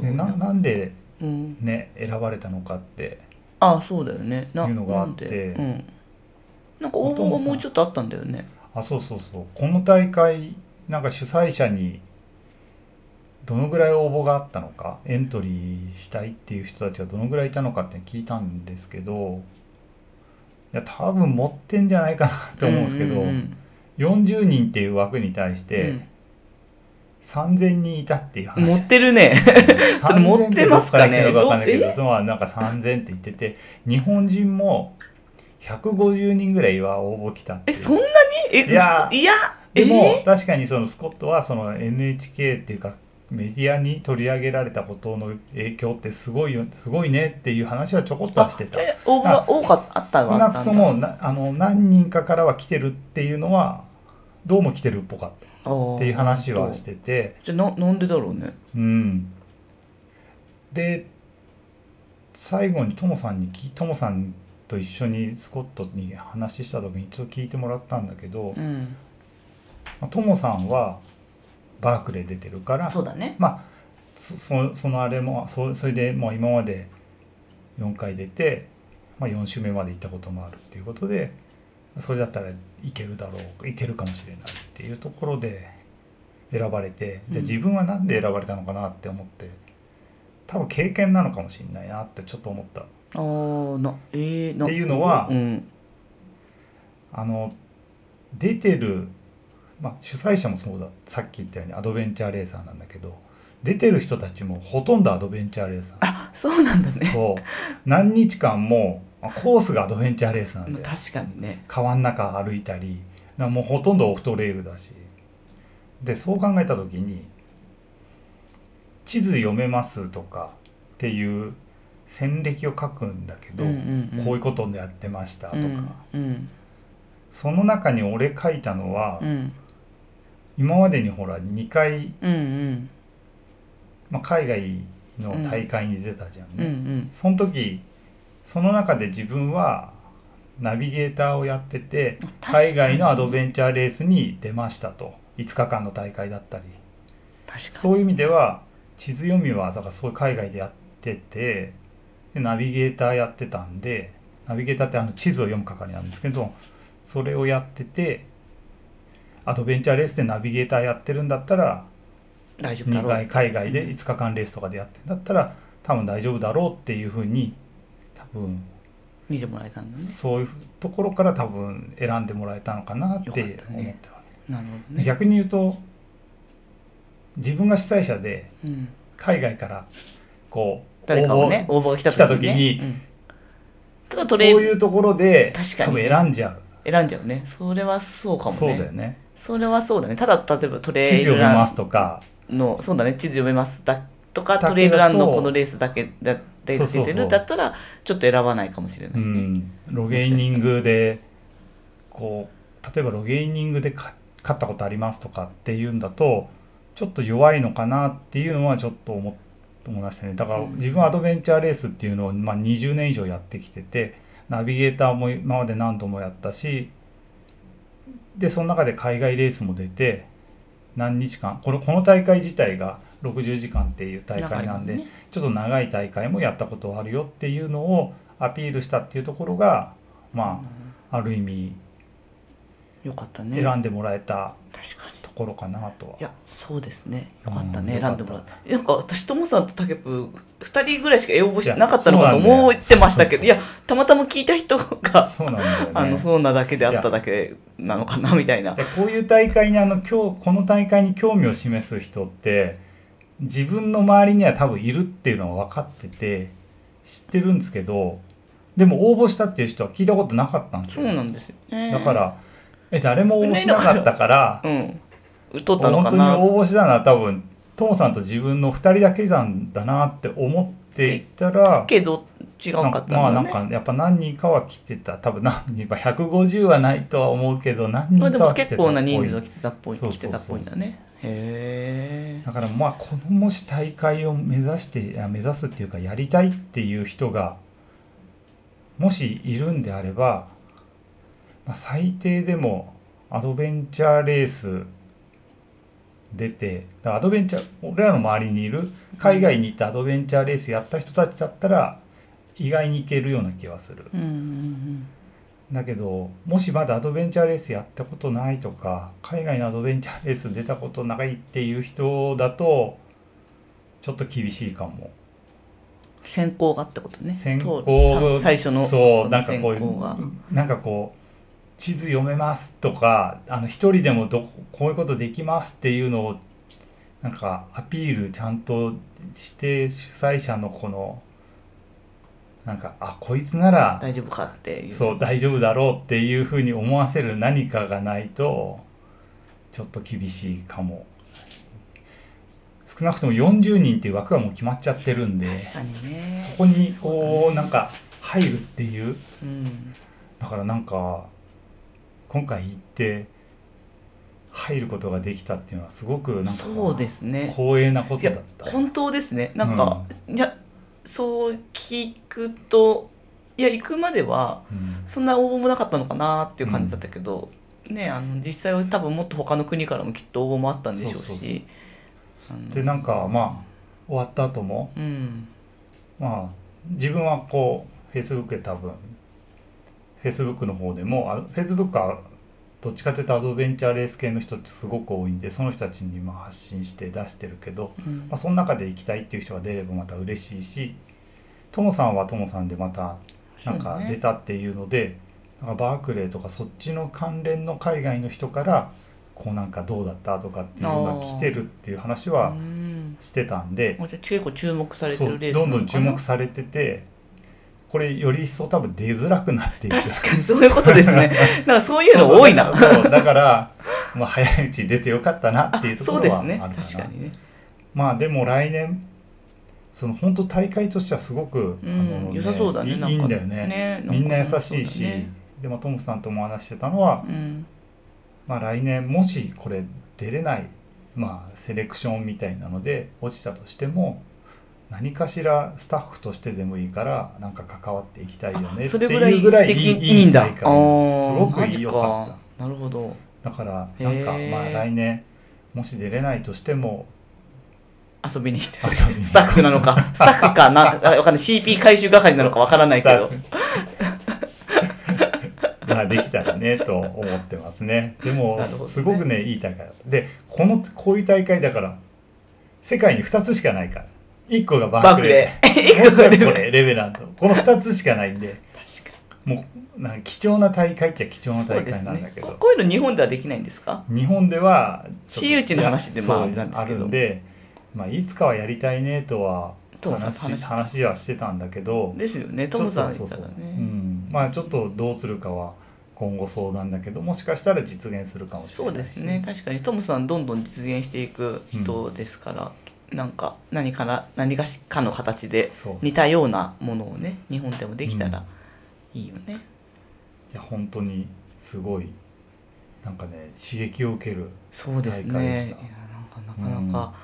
[SPEAKER 2] あ、ね、ななんで
[SPEAKER 1] うん、
[SPEAKER 2] ね選ばれたのかって
[SPEAKER 1] ああそうだよねな
[SPEAKER 2] いうのがあって
[SPEAKER 1] なんでうん、なんか応募がもうちょっとあったんだよね
[SPEAKER 2] あそうそうそうこの大会なんか主催者にどのぐらい応募があったのかエントリーしたいっていう人たちがどのぐらいいたのかって聞いたんですけどいや多分持ってんじゃないかなと思うんですけど、
[SPEAKER 1] うんうん
[SPEAKER 2] 40人っていう枠に対して、
[SPEAKER 1] うん
[SPEAKER 2] 3,000人いたっていう
[SPEAKER 1] 持
[SPEAKER 2] 話
[SPEAKER 1] ってるねそれ持ってますかね
[SPEAKER 2] 3000どっから来てるのか分かんないけ
[SPEAKER 1] ど
[SPEAKER 2] どそのまあなんか3,000って言ってて日本人も150人ぐらいは応募来たって
[SPEAKER 1] え
[SPEAKER 2] いう
[SPEAKER 1] そんなにえ
[SPEAKER 2] いや
[SPEAKER 1] 嘘いや
[SPEAKER 2] でも、
[SPEAKER 1] え
[SPEAKER 2] 確かにそのスコットはその NHK っていうかメディアに取り上げられたことの影響ってすごいよすごいねっていう話はちょこっとはして
[SPEAKER 1] ーじ
[SPEAKER 2] た
[SPEAKER 1] ゃあ応募が多かったあった
[SPEAKER 2] 少
[SPEAKER 1] はあ
[SPEAKER 2] な
[SPEAKER 1] った
[SPEAKER 2] く
[SPEAKER 1] ん
[SPEAKER 2] と
[SPEAKER 1] だ
[SPEAKER 2] もなあの何人かからは来てるっていうのはどうも来てるっぽかった
[SPEAKER 1] っ
[SPEAKER 2] っていう話はしてて
[SPEAKER 1] じゃあななんでだろうね
[SPEAKER 2] うんで最後にトモさんにきトモさんと一緒にスコットに話した時にちょっと聞いてもらったんだけど、
[SPEAKER 1] うん
[SPEAKER 2] まあトモさんはバークレー出てるから
[SPEAKER 1] そうだね
[SPEAKER 2] まあそそそのあれもそそれでもう今まで4回出て、まあ、4周目まで行ったこともあるっていうことでそれだったらいけるだろういけるかもしれないっていうところで選ばれてじゃあ
[SPEAKER 1] うん
[SPEAKER 2] 自分は何で選ばれたのかなって思って、多分経験なのかもしれないなってちょっと思った。
[SPEAKER 1] あーなえー、な
[SPEAKER 2] っていうのは
[SPEAKER 1] うん
[SPEAKER 2] あの出てる、まあ、主催者もそうださっき言ったようにアドベンチャーレーサーなんだけど出てる人たちもほとんどアドベンチャーレーサー
[SPEAKER 1] あそうなんだね
[SPEAKER 2] そう何日間もあコースがアドベンチャーレースなん
[SPEAKER 1] ま
[SPEAKER 2] で
[SPEAKER 1] あ確かにね
[SPEAKER 2] 川の中歩いたりなもうほとんどオフトレイルだしでそう考えた時に地図読めますとかっていう戦歴を書くんだけど、
[SPEAKER 1] ん
[SPEAKER 2] こういううことでやってましたとか、
[SPEAKER 1] うん
[SPEAKER 2] その中に俺書いたのは
[SPEAKER 1] うんうん
[SPEAKER 2] 今までにほら2回、
[SPEAKER 1] うんうん
[SPEAKER 2] まあ、海外の大会に出たじゃん
[SPEAKER 1] うんう
[SPEAKER 2] ね、
[SPEAKER 1] ん
[SPEAKER 2] その時その中で自分はナビゲーターをやってて
[SPEAKER 1] 確かに
[SPEAKER 2] 海外のアドベンチャーレースに出ましたと5日間の大会だったり
[SPEAKER 1] 確かに
[SPEAKER 2] そういう意味では地図読みはだからそういう海外でやっててでナビゲーターやってたんでナビゲーターってあの地図を読む係なんですけどそれをやっててアドベンチャーレースでナビゲーターやってるんだったら
[SPEAKER 1] 大丈夫だ
[SPEAKER 2] 2
[SPEAKER 1] ろ
[SPEAKER 2] 回
[SPEAKER 1] う
[SPEAKER 2] 海外で5日間レースとかでやってんだったら多分大丈夫だろうっていうふうに多分
[SPEAKER 1] 見てもらえたんだね
[SPEAKER 2] そういうところから多分選んでもらえたのかなって思
[SPEAKER 1] よ
[SPEAKER 2] っ
[SPEAKER 1] かっ
[SPEAKER 2] て
[SPEAKER 1] た
[SPEAKER 2] ます、
[SPEAKER 1] ねなるほどね
[SPEAKER 2] 逆に言うと自分が主催者で
[SPEAKER 1] うん
[SPEAKER 2] 海外からこう
[SPEAKER 1] 誰かをね
[SPEAKER 2] 応
[SPEAKER 1] 応
[SPEAKER 2] 募
[SPEAKER 1] 募が来た
[SPEAKER 2] 来た
[SPEAKER 1] 時
[SPEAKER 2] 時
[SPEAKER 1] に
[SPEAKER 2] に
[SPEAKER 1] ねうんただ
[SPEAKER 2] そ
[SPEAKER 1] ト
[SPEAKER 2] う
[SPEAKER 1] レ
[SPEAKER 2] い
[SPEAKER 1] ー
[SPEAKER 2] うところで
[SPEAKER 1] 確か
[SPEAKER 2] 多
[SPEAKER 1] に
[SPEAKER 2] 分
[SPEAKER 1] ね
[SPEAKER 2] 選んじゃう
[SPEAKER 1] 選んじゃうねそれはそうかもね
[SPEAKER 2] そうだよね
[SPEAKER 1] それはそうだねただ例えばト
[SPEAKER 2] 地
[SPEAKER 1] レイ
[SPEAKER 2] 図を
[SPEAKER 1] ル
[SPEAKER 2] 見ま
[SPEAKER 1] ラ
[SPEAKER 2] すとか
[SPEAKER 1] ンのそうだね地図読めますだとか
[SPEAKER 2] だけだ
[SPEAKER 1] ト
[SPEAKER 2] と
[SPEAKER 1] レイルランのこのレースだけだで
[SPEAKER 2] そう
[SPEAKER 1] 出
[SPEAKER 2] そうそう
[SPEAKER 1] てるだったらちょっと選ばないかもしれな
[SPEAKER 2] う
[SPEAKER 1] いね
[SPEAKER 2] んロゲーニングでこう例えばロゲーニングでか勝ったことありますとかっていうんだとちょっと弱いのかなっていうのはちょっと思っ思いましたねだから
[SPEAKER 1] うん
[SPEAKER 2] 自分はアドベンチャーレースっていうのを、まあ、20年以上やってきててナビゲーターも今まで何度もやったしでその中で海外レースも出て何日間このこの大会自体が60時間っていう大会なんで、
[SPEAKER 1] 長いもんね
[SPEAKER 2] ちょっと長い大会もやったことあるよっていうのをアピールしたっていうところがまあある意味
[SPEAKER 1] うんよかったね
[SPEAKER 2] 選んでもらえた
[SPEAKER 1] 確かに
[SPEAKER 2] ところかなとは、
[SPEAKER 1] いやそうですねよかったね、
[SPEAKER 2] うん
[SPEAKER 1] 選んでもらってなんか私ともさんとたけぷ2人ぐらいしか応募してなかったの
[SPEAKER 2] いや
[SPEAKER 1] かと
[SPEAKER 2] そうなんだよ
[SPEAKER 1] 思ってましたけど
[SPEAKER 2] そうそうそう
[SPEAKER 1] いやたまたま聞いた人が
[SPEAKER 2] そうなんだよね
[SPEAKER 1] <laughs> あのそうなだけであっただけなのかなみたいな
[SPEAKER 2] でこういう大会にあの今日この大会に興味を示す人って自分の周りには多分いるっていうのは分かってて知ってるんですけどでも応募したっていう人は聞いたことなかったんです
[SPEAKER 1] そ
[SPEAKER 2] よ
[SPEAKER 1] うなんですよね
[SPEAKER 2] だからえ誰も応募しなかったから
[SPEAKER 1] うんうっとったの
[SPEAKER 2] 本
[SPEAKER 1] か
[SPEAKER 2] 当に
[SPEAKER 1] な
[SPEAKER 2] 応募したのは多分トモさんと自分の2人だけなんだなって思っていたら
[SPEAKER 1] けど違うかったん
[SPEAKER 2] まあな
[SPEAKER 1] だ
[SPEAKER 2] ん
[SPEAKER 1] ね
[SPEAKER 2] かやっぱ何人かは来てた多分何人か150はないとは思うけど何
[SPEAKER 1] まあ
[SPEAKER 2] 人
[SPEAKER 1] で
[SPEAKER 2] か
[SPEAKER 1] も
[SPEAKER 2] は来てた
[SPEAKER 1] 結
[SPEAKER 2] っぽ
[SPEAKER 1] 構
[SPEAKER 2] い
[SPEAKER 1] な人数が来てたっぽい
[SPEAKER 2] そう
[SPEAKER 1] 来
[SPEAKER 2] そ
[SPEAKER 1] て
[SPEAKER 2] う
[SPEAKER 1] た
[SPEAKER 2] そう
[SPEAKER 1] っぽいんだねへえ
[SPEAKER 2] だからまあこのもし大会を目指していや目指すっていうかやりたいっていう人がもしいるんであれば、まあ、最低でもアドベンチャーレース出てだからアドベンチャー俺らの周りにいる海外に行ってアドベンチャーレースやった人たちだったら意外にいけるような気はする。
[SPEAKER 1] うんうんうん
[SPEAKER 2] だけどもしまだアドベンチャーレースやったことないとか海外のアドベンチャーレース出たことないっていう人だとちょっと厳しいかも
[SPEAKER 1] 先行がってことね
[SPEAKER 2] 先行
[SPEAKER 1] 当最初の
[SPEAKER 2] そう
[SPEAKER 1] の
[SPEAKER 2] なんかこうい
[SPEAKER 1] 先行が
[SPEAKER 2] うなんかこう地図読めますとかあの一人でもどここういうことできますっていうのをなんかアピールちゃんとして主催者のこのなんかあこいつなら
[SPEAKER 1] 大丈夫かっていう
[SPEAKER 2] そう大丈夫だろうっていうふうに思わせる何かがないとちょっと厳しいかも少なくとも40人っていう枠はもう決まっちゃってるんで
[SPEAKER 1] 確かにね
[SPEAKER 2] そこに
[SPEAKER 1] そうだね
[SPEAKER 2] こうなんか入るっていう
[SPEAKER 1] うん
[SPEAKER 2] だからなんか今回行って入ることができたっていうのはすごくなんか
[SPEAKER 1] そうですね
[SPEAKER 2] 光栄なこ
[SPEAKER 1] い
[SPEAKER 2] と
[SPEAKER 1] や
[SPEAKER 2] だった。
[SPEAKER 1] 本当ですねなんか、いやそう聞くといや行くまでは
[SPEAKER 2] うん
[SPEAKER 1] そんな応募もなかったのかなっていう感じだったけど、ねあの実際は多分もっと他の国からもきっと応募もあったんでしょう
[SPEAKER 2] そうそう
[SPEAKER 1] しあの
[SPEAKER 2] でなんかまあ終わった後も
[SPEAKER 1] うん
[SPEAKER 2] まあ自分はこう Facebook で多分 Facebook の方でもあ Facebook はどっちかというとアドベンチャーレース系の人ってすごく多いんでその人たちにまあ発信して出してるけど、
[SPEAKER 1] うん
[SPEAKER 2] まあ、その中で行きたいっていう人が出ればまた嬉しいしともさんはともさんでまたなん
[SPEAKER 1] そう
[SPEAKER 2] か
[SPEAKER 1] ね
[SPEAKER 2] 出たっていうのでなんかバークレーとかそっちの関連の海外の人からこうなんかどうだったとかっていうのが来てるっていう話は
[SPEAKER 1] うん
[SPEAKER 2] してたんで
[SPEAKER 1] もうじゃあ結構注目されて
[SPEAKER 2] そう
[SPEAKER 1] るレース
[SPEAKER 2] ど
[SPEAKER 1] なんの
[SPEAKER 2] ど
[SPEAKER 1] かなん
[SPEAKER 2] 注目されててこれより一層多分出づらくなっていく
[SPEAKER 1] 確かにそういうことですね
[SPEAKER 2] <laughs>
[SPEAKER 1] なんかそういうの多いな
[SPEAKER 2] そうそうだから、まあ、早いうちに出てよかったなっていうと
[SPEAKER 1] そ
[SPEAKER 2] こ
[SPEAKER 1] う
[SPEAKER 2] ろ
[SPEAKER 1] で
[SPEAKER 2] は
[SPEAKER 1] す
[SPEAKER 2] ある
[SPEAKER 1] ね
[SPEAKER 2] かな
[SPEAKER 1] 確かにね
[SPEAKER 2] まあでも来年その本当大会としてはすごく、
[SPEAKER 1] う
[SPEAKER 2] あの
[SPEAKER 1] ん良さそうだね
[SPEAKER 2] いい
[SPEAKER 1] なんか
[SPEAKER 2] いいんだよね
[SPEAKER 1] ね
[SPEAKER 2] みんな優しいし、
[SPEAKER 1] なんか
[SPEAKER 2] でもトムさんとも話してたのは
[SPEAKER 1] そうだね、うん
[SPEAKER 2] まあ、来年もしこれ出れない、まあ、セレクションみたいなので落ちたとしても何かしらスタッフとしてでもいいからなんか関わっていきたいよね
[SPEAKER 1] あ
[SPEAKER 2] って
[SPEAKER 1] そ
[SPEAKER 2] い
[SPEAKER 1] れ
[SPEAKER 2] う
[SPEAKER 1] ぐらい
[SPEAKER 2] ぐらい
[SPEAKER 1] 素敵いいんだ
[SPEAKER 2] 大会
[SPEAKER 1] あー
[SPEAKER 2] すごく
[SPEAKER 1] マ
[SPEAKER 2] い
[SPEAKER 1] ジ
[SPEAKER 2] いよか
[SPEAKER 1] なるほど
[SPEAKER 2] っただからなんか
[SPEAKER 1] へー
[SPEAKER 2] まあ来年もし出れないとし
[SPEAKER 1] <laughs>
[SPEAKER 2] ても
[SPEAKER 1] 遊びに来て
[SPEAKER 2] 遊びに
[SPEAKER 1] スタッフなの
[SPEAKER 2] <laughs>
[SPEAKER 1] かスタッフかなあわかんない CP 回収係なのかわからないけど
[SPEAKER 2] まあできたらねと思ってますねでも
[SPEAKER 1] なるほどね
[SPEAKER 2] すごくねいい大会だったでこのこういう大会だから世界に2つしかないから1個がバー
[SPEAKER 1] バー
[SPEAKER 2] ク
[SPEAKER 1] ク
[SPEAKER 2] レ
[SPEAKER 1] レ
[SPEAKER 2] ー
[SPEAKER 1] ー
[SPEAKER 2] もう一
[SPEAKER 1] <laughs>
[SPEAKER 2] 個これレベランドこの2つしかないんで
[SPEAKER 1] 確か
[SPEAKER 2] もうなんか貴重な大会っちゃ貴重な
[SPEAKER 1] にそう
[SPEAKER 2] 大
[SPEAKER 1] で
[SPEAKER 2] 会
[SPEAKER 1] す
[SPEAKER 2] なんだ
[SPEAKER 1] ね
[SPEAKER 2] けど、
[SPEAKER 1] ここういうの日本ではできないんですか
[SPEAKER 2] 日本では
[SPEAKER 1] 私有地の話でまあ
[SPEAKER 2] そう
[SPEAKER 1] あれなんですけど
[SPEAKER 2] あるんで、まあ、いつかはやりたいねとは
[SPEAKER 1] トムさんと
[SPEAKER 2] 話
[SPEAKER 1] 話して
[SPEAKER 2] 話はしてたんだけど
[SPEAKER 1] ですよねトムさん
[SPEAKER 2] ちょ
[SPEAKER 1] 言
[SPEAKER 2] っ
[SPEAKER 1] っ
[SPEAKER 2] と
[SPEAKER 1] た
[SPEAKER 2] そう
[SPEAKER 1] ら
[SPEAKER 2] そうう
[SPEAKER 1] ね
[SPEAKER 2] ん、まあちょっとどうするかは今後相談だけどもしかしたら実現するかもしれ
[SPEAKER 1] そ
[SPEAKER 2] な
[SPEAKER 1] う
[SPEAKER 2] いし
[SPEAKER 1] ですね確かにトムさんどんどん実現していく人ですから、なんか何から何がしかの形で
[SPEAKER 2] そうそう
[SPEAKER 1] 似たようなものをね日本でもできた
[SPEAKER 2] う
[SPEAKER 1] ら
[SPEAKER 2] ん
[SPEAKER 1] いいよね、
[SPEAKER 2] いや本当にすごいなんかね刺激を受ける
[SPEAKER 1] そうです
[SPEAKER 2] 大会で
[SPEAKER 1] ねい
[SPEAKER 2] し
[SPEAKER 1] や
[SPEAKER 2] た
[SPEAKER 1] なんかななかなか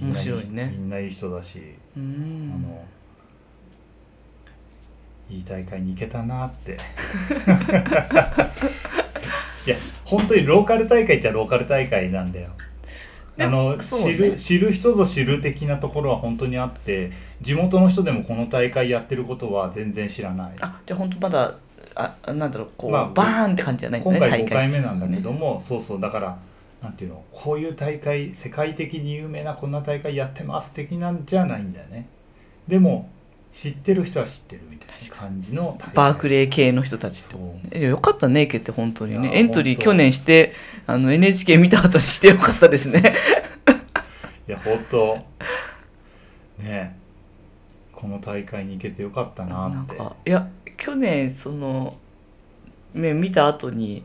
[SPEAKER 1] 面白いね
[SPEAKER 2] みんないい人だし、
[SPEAKER 1] うん
[SPEAKER 2] あのいい大会に行けたなって <laughs> いや本当にローカル大会っちゃローカル大会なんだよあ
[SPEAKER 1] でも
[SPEAKER 2] の、
[SPEAKER 1] そうね
[SPEAKER 2] 知る知る人ぞ知る的なところは本当にあって地元の人でもこの大会やってることは全然知らない
[SPEAKER 1] あじゃあ本当まだああなんだろうこう、
[SPEAKER 2] まあ
[SPEAKER 1] バーンって感じじゃないんだ
[SPEAKER 2] 今
[SPEAKER 1] ね
[SPEAKER 2] 回
[SPEAKER 1] 大
[SPEAKER 2] 5回目なんだけ
[SPEAKER 1] と
[SPEAKER 2] ど
[SPEAKER 1] かね
[SPEAKER 2] も、そうそうだからなんていうのこういう大会世界的に有名なこんな大会やってます的なんじゃないんだよねでも知ってる人は知ってるみたいな感じの大会
[SPEAKER 1] バークレー系の人たちって
[SPEAKER 2] そう
[SPEAKER 1] えよかったね、エケって本当に
[SPEAKER 2] い
[SPEAKER 1] ね。
[SPEAKER 2] や
[SPEAKER 1] エントリー
[SPEAKER 2] 本当
[SPEAKER 1] 去年して、あの NHK 見た後にしてよかったですね。
[SPEAKER 2] いや本当ねえこの大会に行けてよかったな
[SPEAKER 1] な
[SPEAKER 2] っ
[SPEAKER 1] ん
[SPEAKER 2] て
[SPEAKER 1] か、いや、去年、その、ね、見た後に、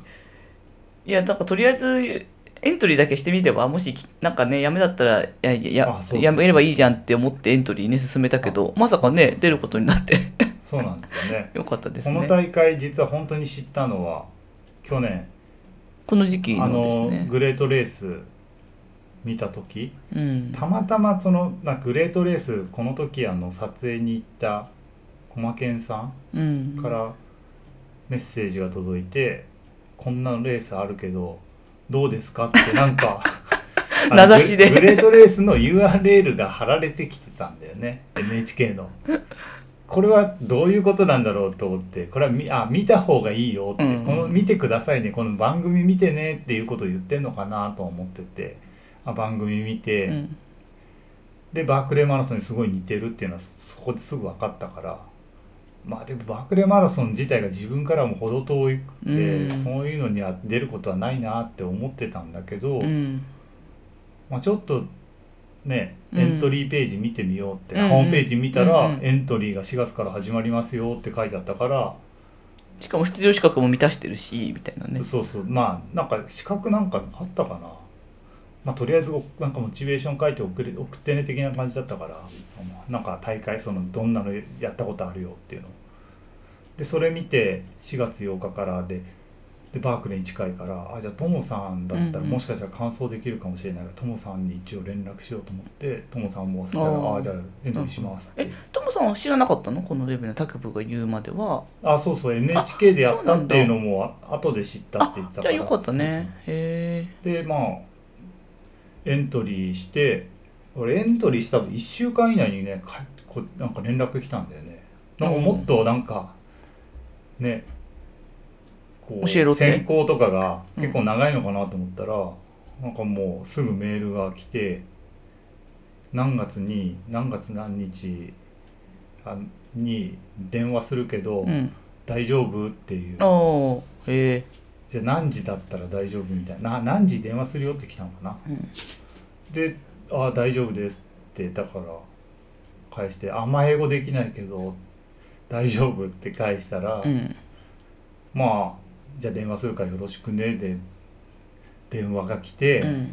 [SPEAKER 1] いや、なんかとりあえず、エントリーだけしてみれば、もし、なんかね、やめだったら、いや、いや
[SPEAKER 2] あそうそうそう
[SPEAKER 1] やめればいいじゃんって思ってエントリーね、進めたけど、まさか
[SPEAKER 2] そうそう
[SPEAKER 1] ね
[SPEAKER 2] そ、う
[SPEAKER 1] 出ることになって <laughs>
[SPEAKER 2] そうなんですよね
[SPEAKER 1] よかったです
[SPEAKER 2] こ
[SPEAKER 1] ね。
[SPEAKER 2] の大会実は本当に知ったのは去年
[SPEAKER 1] この時期
[SPEAKER 2] あ
[SPEAKER 1] のです
[SPEAKER 2] の
[SPEAKER 1] ね。
[SPEAKER 2] グレートレース見た時
[SPEAKER 1] うん。
[SPEAKER 2] たまたまそのなグレートレースこの時あの撮影に行った駒健さ
[SPEAKER 1] うん
[SPEAKER 2] んか。らメッセージが届いて「こんなレースあるけどどうですか?」ってな
[SPEAKER 1] <laughs>
[SPEAKER 2] んかあの
[SPEAKER 1] 名指しで
[SPEAKER 2] グレグレートレースの URL が貼られてきてたんだよね NHK の。これはどういうことなんだろうと思ってこれはみあ見た方がいいよって、
[SPEAKER 1] うん
[SPEAKER 2] この見てくださいねこの番組見てねっていうことを言ってんのかなと思っててあ番組見て、
[SPEAKER 1] うん。
[SPEAKER 2] でバークレーマラソンにすごい似てるっていうのはそこですぐ分かったからまあでもバークレーマラソン自体が自分からも程遠くて、
[SPEAKER 1] うん
[SPEAKER 2] そういうのには出ることはないなって思ってたんだけど、
[SPEAKER 1] うん。
[SPEAKER 2] まあ、ちょっとね
[SPEAKER 1] うん
[SPEAKER 2] エントリーページ見てみようって、
[SPEAKER 1] うんうん
[SPEAKER 2] ホームページ見たら、
[SPEAKER 1] うんうん
[SPEAKER 2] エントリーが4月から始まりますよって書いてあったから、
[SPEAKER 1] しかも出場資格も満たしてるし、みたいなね。
[SPEAKER 2] そうそうまあなんか資格なんかあったかな、まあ、とりあえずおなんかモチベーション書いて送れ送ってね的な感じだったからなんか大会そのどんなのやったことあるよっていうのでそれ見て4月8日からででバークレーに近いからあじゃあトモさんだった
[SPEAKER 1] う
[SPEAKER 2] ら
[SPEAKER 1] んうん
[SPEAKER 2] もしかしたら完走できるかもしれないからトモさんに一応連絡しようと思ってトモさんもそしたら
[SPEAKER 1] あー
[SPEAKER 2] あじゃあエントリーしますって
[SPEAKER 1] えトムさんは知らなかったのこのレベルのタクブが言うまでは
[SPEAKER 2] あそうそう NHK でや
[SPEAKER 1] そ
[SPEAKER 2] っ
[SPEAKER 1] うな
[SPEAKER 2] た
[SPEAKER 1] ん
[SPEAKER 2] っ
[SPEAKER 1] だ
[SPEAKER 2] ていうのもあ後で知ったって言ってた
[SPEAKER 1] じ
[SPEAKER 2] か
[SPEAKER 1] ゃあ
[SPEAKER 2] ら
[SPEAKER 1] よかった
[SPEAKER 2] そうそう
[SPEAKER 1] ねへ
[SPEAKER 2] でまあエントリーして俺エントリーして多分1週間以内にねかこなんか連絡来たんだよねなんかもっとなんか、ねこう
[SPEAKER 1] 教えろって
[SPEAKER 2] 選考とかが結構長いのかなと思ったら、なんかもうすぐメールが来て何月に何月何日あに電話するけど、
[SPEAKER 1] えうん
[SPEAKER 2] 大丈夫っていう
[SPEAKER 1] ああへえ
[SPEAKER 2] じゃあ何時だったら大丈夫みたいなな何時に電話するよって来たのかな
[SPEAKER 1] うん
[SPEAKER 2] で「あー大丈夫です」ってだから返して「あんま英語できないけど大丈夫」って返したら「
[SPEAKER 1] うん
[SPEAKER 2] まあじゃあ電話するからよろしくね」で電話が来て、
[SPEAKER 1] うん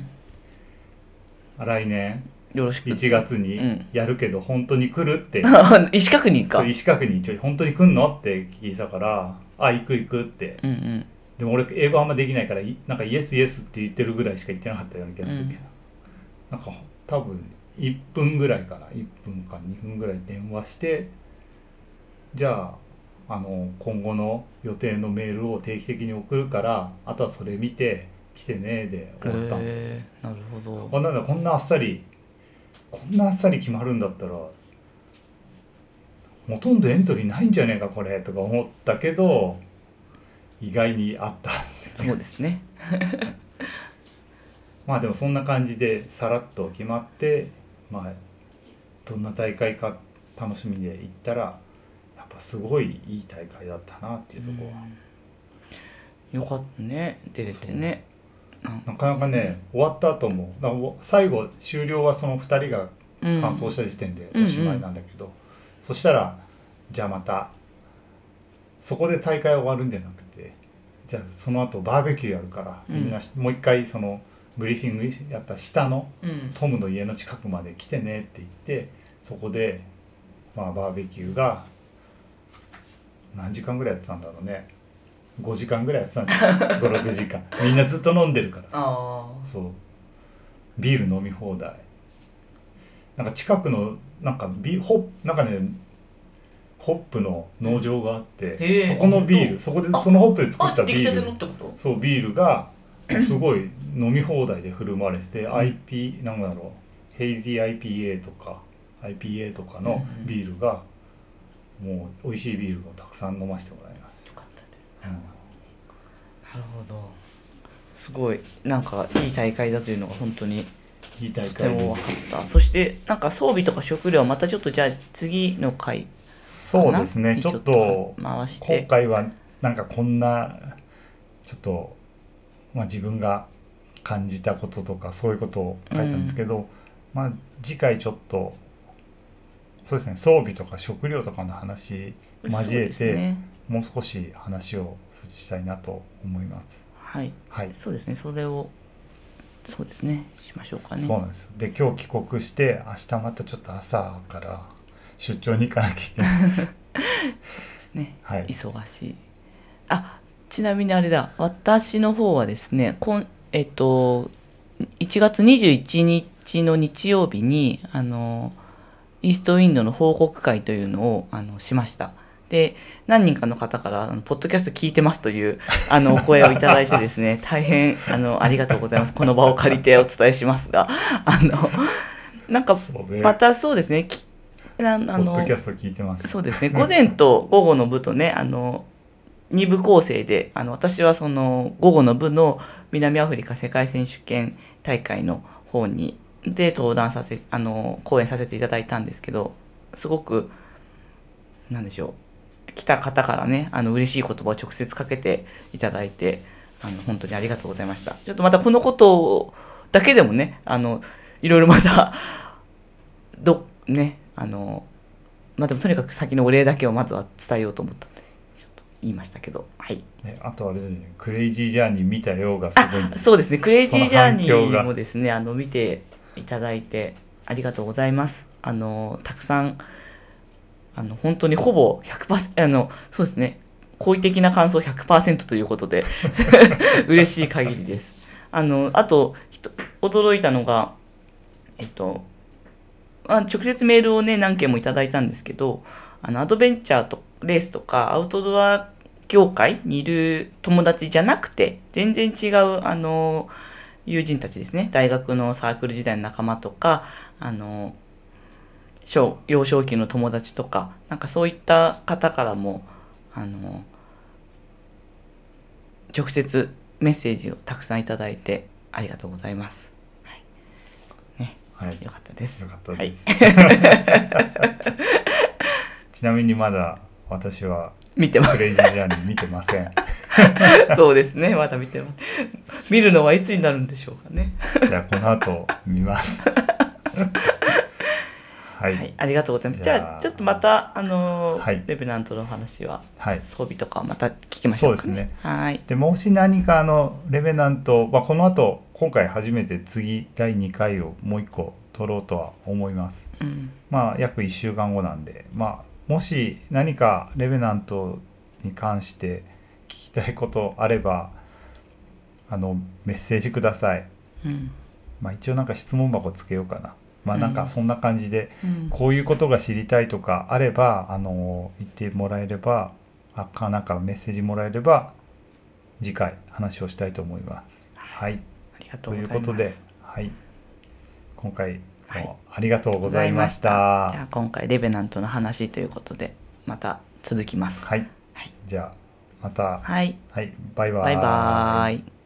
[SPEAKER 2] 来年
[SPEAKER 1] よろし <laughs> く
[SPEAKER 2] 1月
[SPEAKER 1] う
[SPEAKER 2] に
[SPEAKER 1] ん
[SPEAKER 2] やるけど本当に来るって、
[SPEAKER 1] 意思確認か
[SPEAKER 2] そううん石川に一応「本当に来んの?」って聞いたから「あ行く行く」って
[SPEAKER 1] うん
[SPEAKER 2] でも俺英語あんまできないからいなんかイエスイエスって言ってるぐらいしか言ってなかったような気がするけど、なんか多分1分ぐらいかな1分か2分ぐらい電話してじゃああの今後の予定のメールを定期的に送るからあとはそれ見て来てねで終わったんだよ
[SPEAKER 1] へえなるほど
[SPEAKER 2] こんなんだこんなあっさりこんなあっさり決まるんだったらほとんどエントリーないんじゃねえかこれとか思ったけど意外にあった
[SPEAKER 1] そうですね
[SPEAKER 2] まあでもそんな感じでさらっと決まってまあどんな大会か楽しみで行ったらやっぱすごいいい大会だったなっていうところは、
[SPEAKER 1] よかったね出れてねなん
[SPEAKER 2] なかなかね終わった後もだからお最後終了はその2人が
[SPEAKER 1] うん
[SPEAKER 2] 完走した時点でおしまいなんだけど、そしたらじゃあまたそこで大会終わるんじゃなくてじゃあその後バーベキューやるからみんなし、もう一回そのブリーフィングやった下の
[SPEAKER 1] うん
[SPEAKER 2] トムの家の近くまで来てねって言ってそこで、まあ、バーベキューが何時間ぐらいやってたんだろうね5時間ぐらいやってたんじゃない56時間みんなずっと飲んでるからさ
[SPEAKER 1] ああ
[SPEAKER 2] そうビール飲み放題なんか近くのなんかビホップなんかねホップの農場があっ
[SPEAKER 1] へ
[SPEAKER 2] て
[SPEAKER 1] え
[SPEAKER 2] そこのビールそこでそのホップで作っ
[SPEAKER 1] あ
[SPEAKER 2] た
[SPEAKER 1] 出
[SPEAKER 2] ビ
[SPEAKER 1] 来た
[SPEAKER 2] ー
[SPEAKER 1] て
[SPEAKER 2] ル
[SPEAKER 1] のってこと
[SPEAKER 2] そうビー
[SPEAKER 1] <clears throat>
[SPEAKER 2] ルがすごい飲み放題で振る舞われてて IP なんだろうヘイズィ IPA とか IPA とかの
[SPEAKER 1] うんうん
[SPEAKER 2] ビールがもう美味しいビールをたくさん飲ませてもらいまし
[SPEAKER 1] よかったで
[SPEAKER 2] た、うん
[SPEAKER 1] すなるほどすごいなんかいい大会だというのが本当に
[SPEAKER 2] いい大
[SPEAKER 1] とて
[SPEAKER 2] 会
[SPEAKER 1] も
[SPEAKER 2] で
[SPEAKER 1] 分かったそしてなんか装備とか食料はまたちょっとじゃあ次の回
[SPEAKER 2] す
[SPEAKER 1] かな
[SPEAKER 2] そうですね
[SPEAKER 1] に
[SPEAKER 2] ちょっと
[SPEAKER 1] 回し
[SPEAKER 2] 今
[SPEAKER 1] て
[SPEAKER 2] 回はなんかこんなちょっと、まあ、自分が感じたこととかそういうことを書いたんですけど、まあ次回ちょっとそうですね装備とか食料とかの話交えて
[SPEAKER 1] そうですね
[SPEAKER 2] もう少し話をしたいなと思います。
[SPEAKER 1] はい
[SPEAKER 2] はい、
[SPEAKER 1] そうですねそれをそうですねしましょうかね
[SPEAKER 2] そうなんですよで今日帰国して明日またちょっと朝から出張に行かなきゃい
[SPEAKER 1] <laughs>
[SPEAKER 2] けない。
[SPEAKER 1] ですね
[SPEAKER 2] はい、
[SPEAKER 1] 忙しいあちなみにあれだ私の方はですね今えっと1月21日の日曜日にあのイーストウィンドの報告会というのをあのしましたで何人かの方からあの「ポッドキャスト聞いてます」というあのお声をいただいてです
[SPEAKER 2] <laughs>
[SPEAKER 1] ね大変あのありがとうございますこの場を借りてお伝えしますがあのなんか
[SPEAKER 2] そうね
[SPEAKER 1] またそうですねきなあ
[SPEAKER 2] ポッ
[SPEAKER 1] の
[SPEAKER 2] ドキャスト聞いてます。
[SPEAKER 1] そうですね午前と午後の部とねあの2部構成であの私はその午後の部の南アフリカ世界選手権大会の方にで登壇させあの講演させていただいたんですけどすごくなんでしょう来た方からねあの嬉しい言葉を直接かけていただいてあの本当にありがとうございましたちょっとまたこのことだけでもねあのいろいろまたどねあのまあでもとにかく先のお礼だけをまずは伝えようと思ったんでちょっと言いましたけどはい
[SPEAKER 2] ね、あとあれですね、クレイジージャーニー見たようがすごいん
[SPEAKER 1] あ
[SPEAKER 2] です
[SPEAKER 1] そうですねクレイジージャーニ
[SPEAKER 2] その反
[SPEAKER 1] ー
[SPEAKER 2] 響が
[SPEAKER 1] もですねあの見ていただいてありがとうございますあのたくさんあの本当にほぼ100%あのそうですね好意的な感想100%ということで嬉しい限りですあのあとひと驚いたのがえっとまあ、直接メールをね何件もいただいたんですけどあのアドベンチャーとレースとかアウトドア業界にいる友達じゃなくて全然違うあの友人たちですね大学のサークル時代の仲間とかあの小幼少期の友達とかなんかそういった方からもあの直接メッセージをたくさんいただいてありがとうございます。はい、ね、
[SPEAKER 2] はい、
[SPEAKER 1] よかったです。
[SPEAKER 2] よかったです。 <laughs> ちなみにまだ私は
[SPEAKER 1] 見てます。
[SPEAKER 2] ク <laughs> レイジージャーニー見てません。
[SPEAKER 1] そうですね。まだ見てます。見るのはいつになるんでしょうかね。
[SPEAKER 2] じゃあこの後見ます。は
[SPEAKER 1] はい、
[SPEAKER 2] い、
[SPEAKER 1] ありがとうございます。じ
[SPEAKER 2] じゃあ
[SPEAKER 1] ゃあ、ちょっとまた、あのー
[SPEAKER 2] はい
[SPEAKER 1] レベナントのお話は、
[SPEAKER 2] はい。
[SPEAKER 1] 装備とかまた聞きましょうか、ね。
[SPEAKER 2] そうですね。
[SPEAKER 1] はい。
[SPEAKER 2] でもし何かあのレベナント、まあ、この後今回初めて次第2回をもう1個撮ろうとは思います。
[SPEAKER 1] うん。
[SPEAKER 2] まあ、約1週間後なんで、まあ、もし何かレベナントに関して聞きたいことあればあのメッセージください、
[SPEAKER 1] うん。
[SPEAKER 2] まあ、一応なんか質問箱つけようかなまあなん
[SPEAKER 1] うん
[SPEAKER 2] かそんな感じで、
[SPEAKER 1] うん
[SPEAKER 2] こういうことが知りたいとかあればあの言ってもらえればあかなんかメッセージもらえれば次回話をしたいと思います。はい、
[SPEAKER 1] ありがと
[SPEAKER 2] と
[SPEAKER 1] うござ
[SPEAKER 2] い
[SPEAKER 1] いうます。
[SPEAKER 2] ことで、はい、今回
[SPEAKER 1] はい
[SPEAKER 2] もありがとうございました。
[SPEAKER 1] じゃあ、今回レベナントの話ということで、また続きます。
[SPEAKER 2] はい。
[SPEAKER 1] はい
[SPEAKER 2] じゃあ、また、
[SPEAKER 1] はい。
[SPEAKER 2] はい、バイバーイ。
[SPEAKER 1] バイバーイ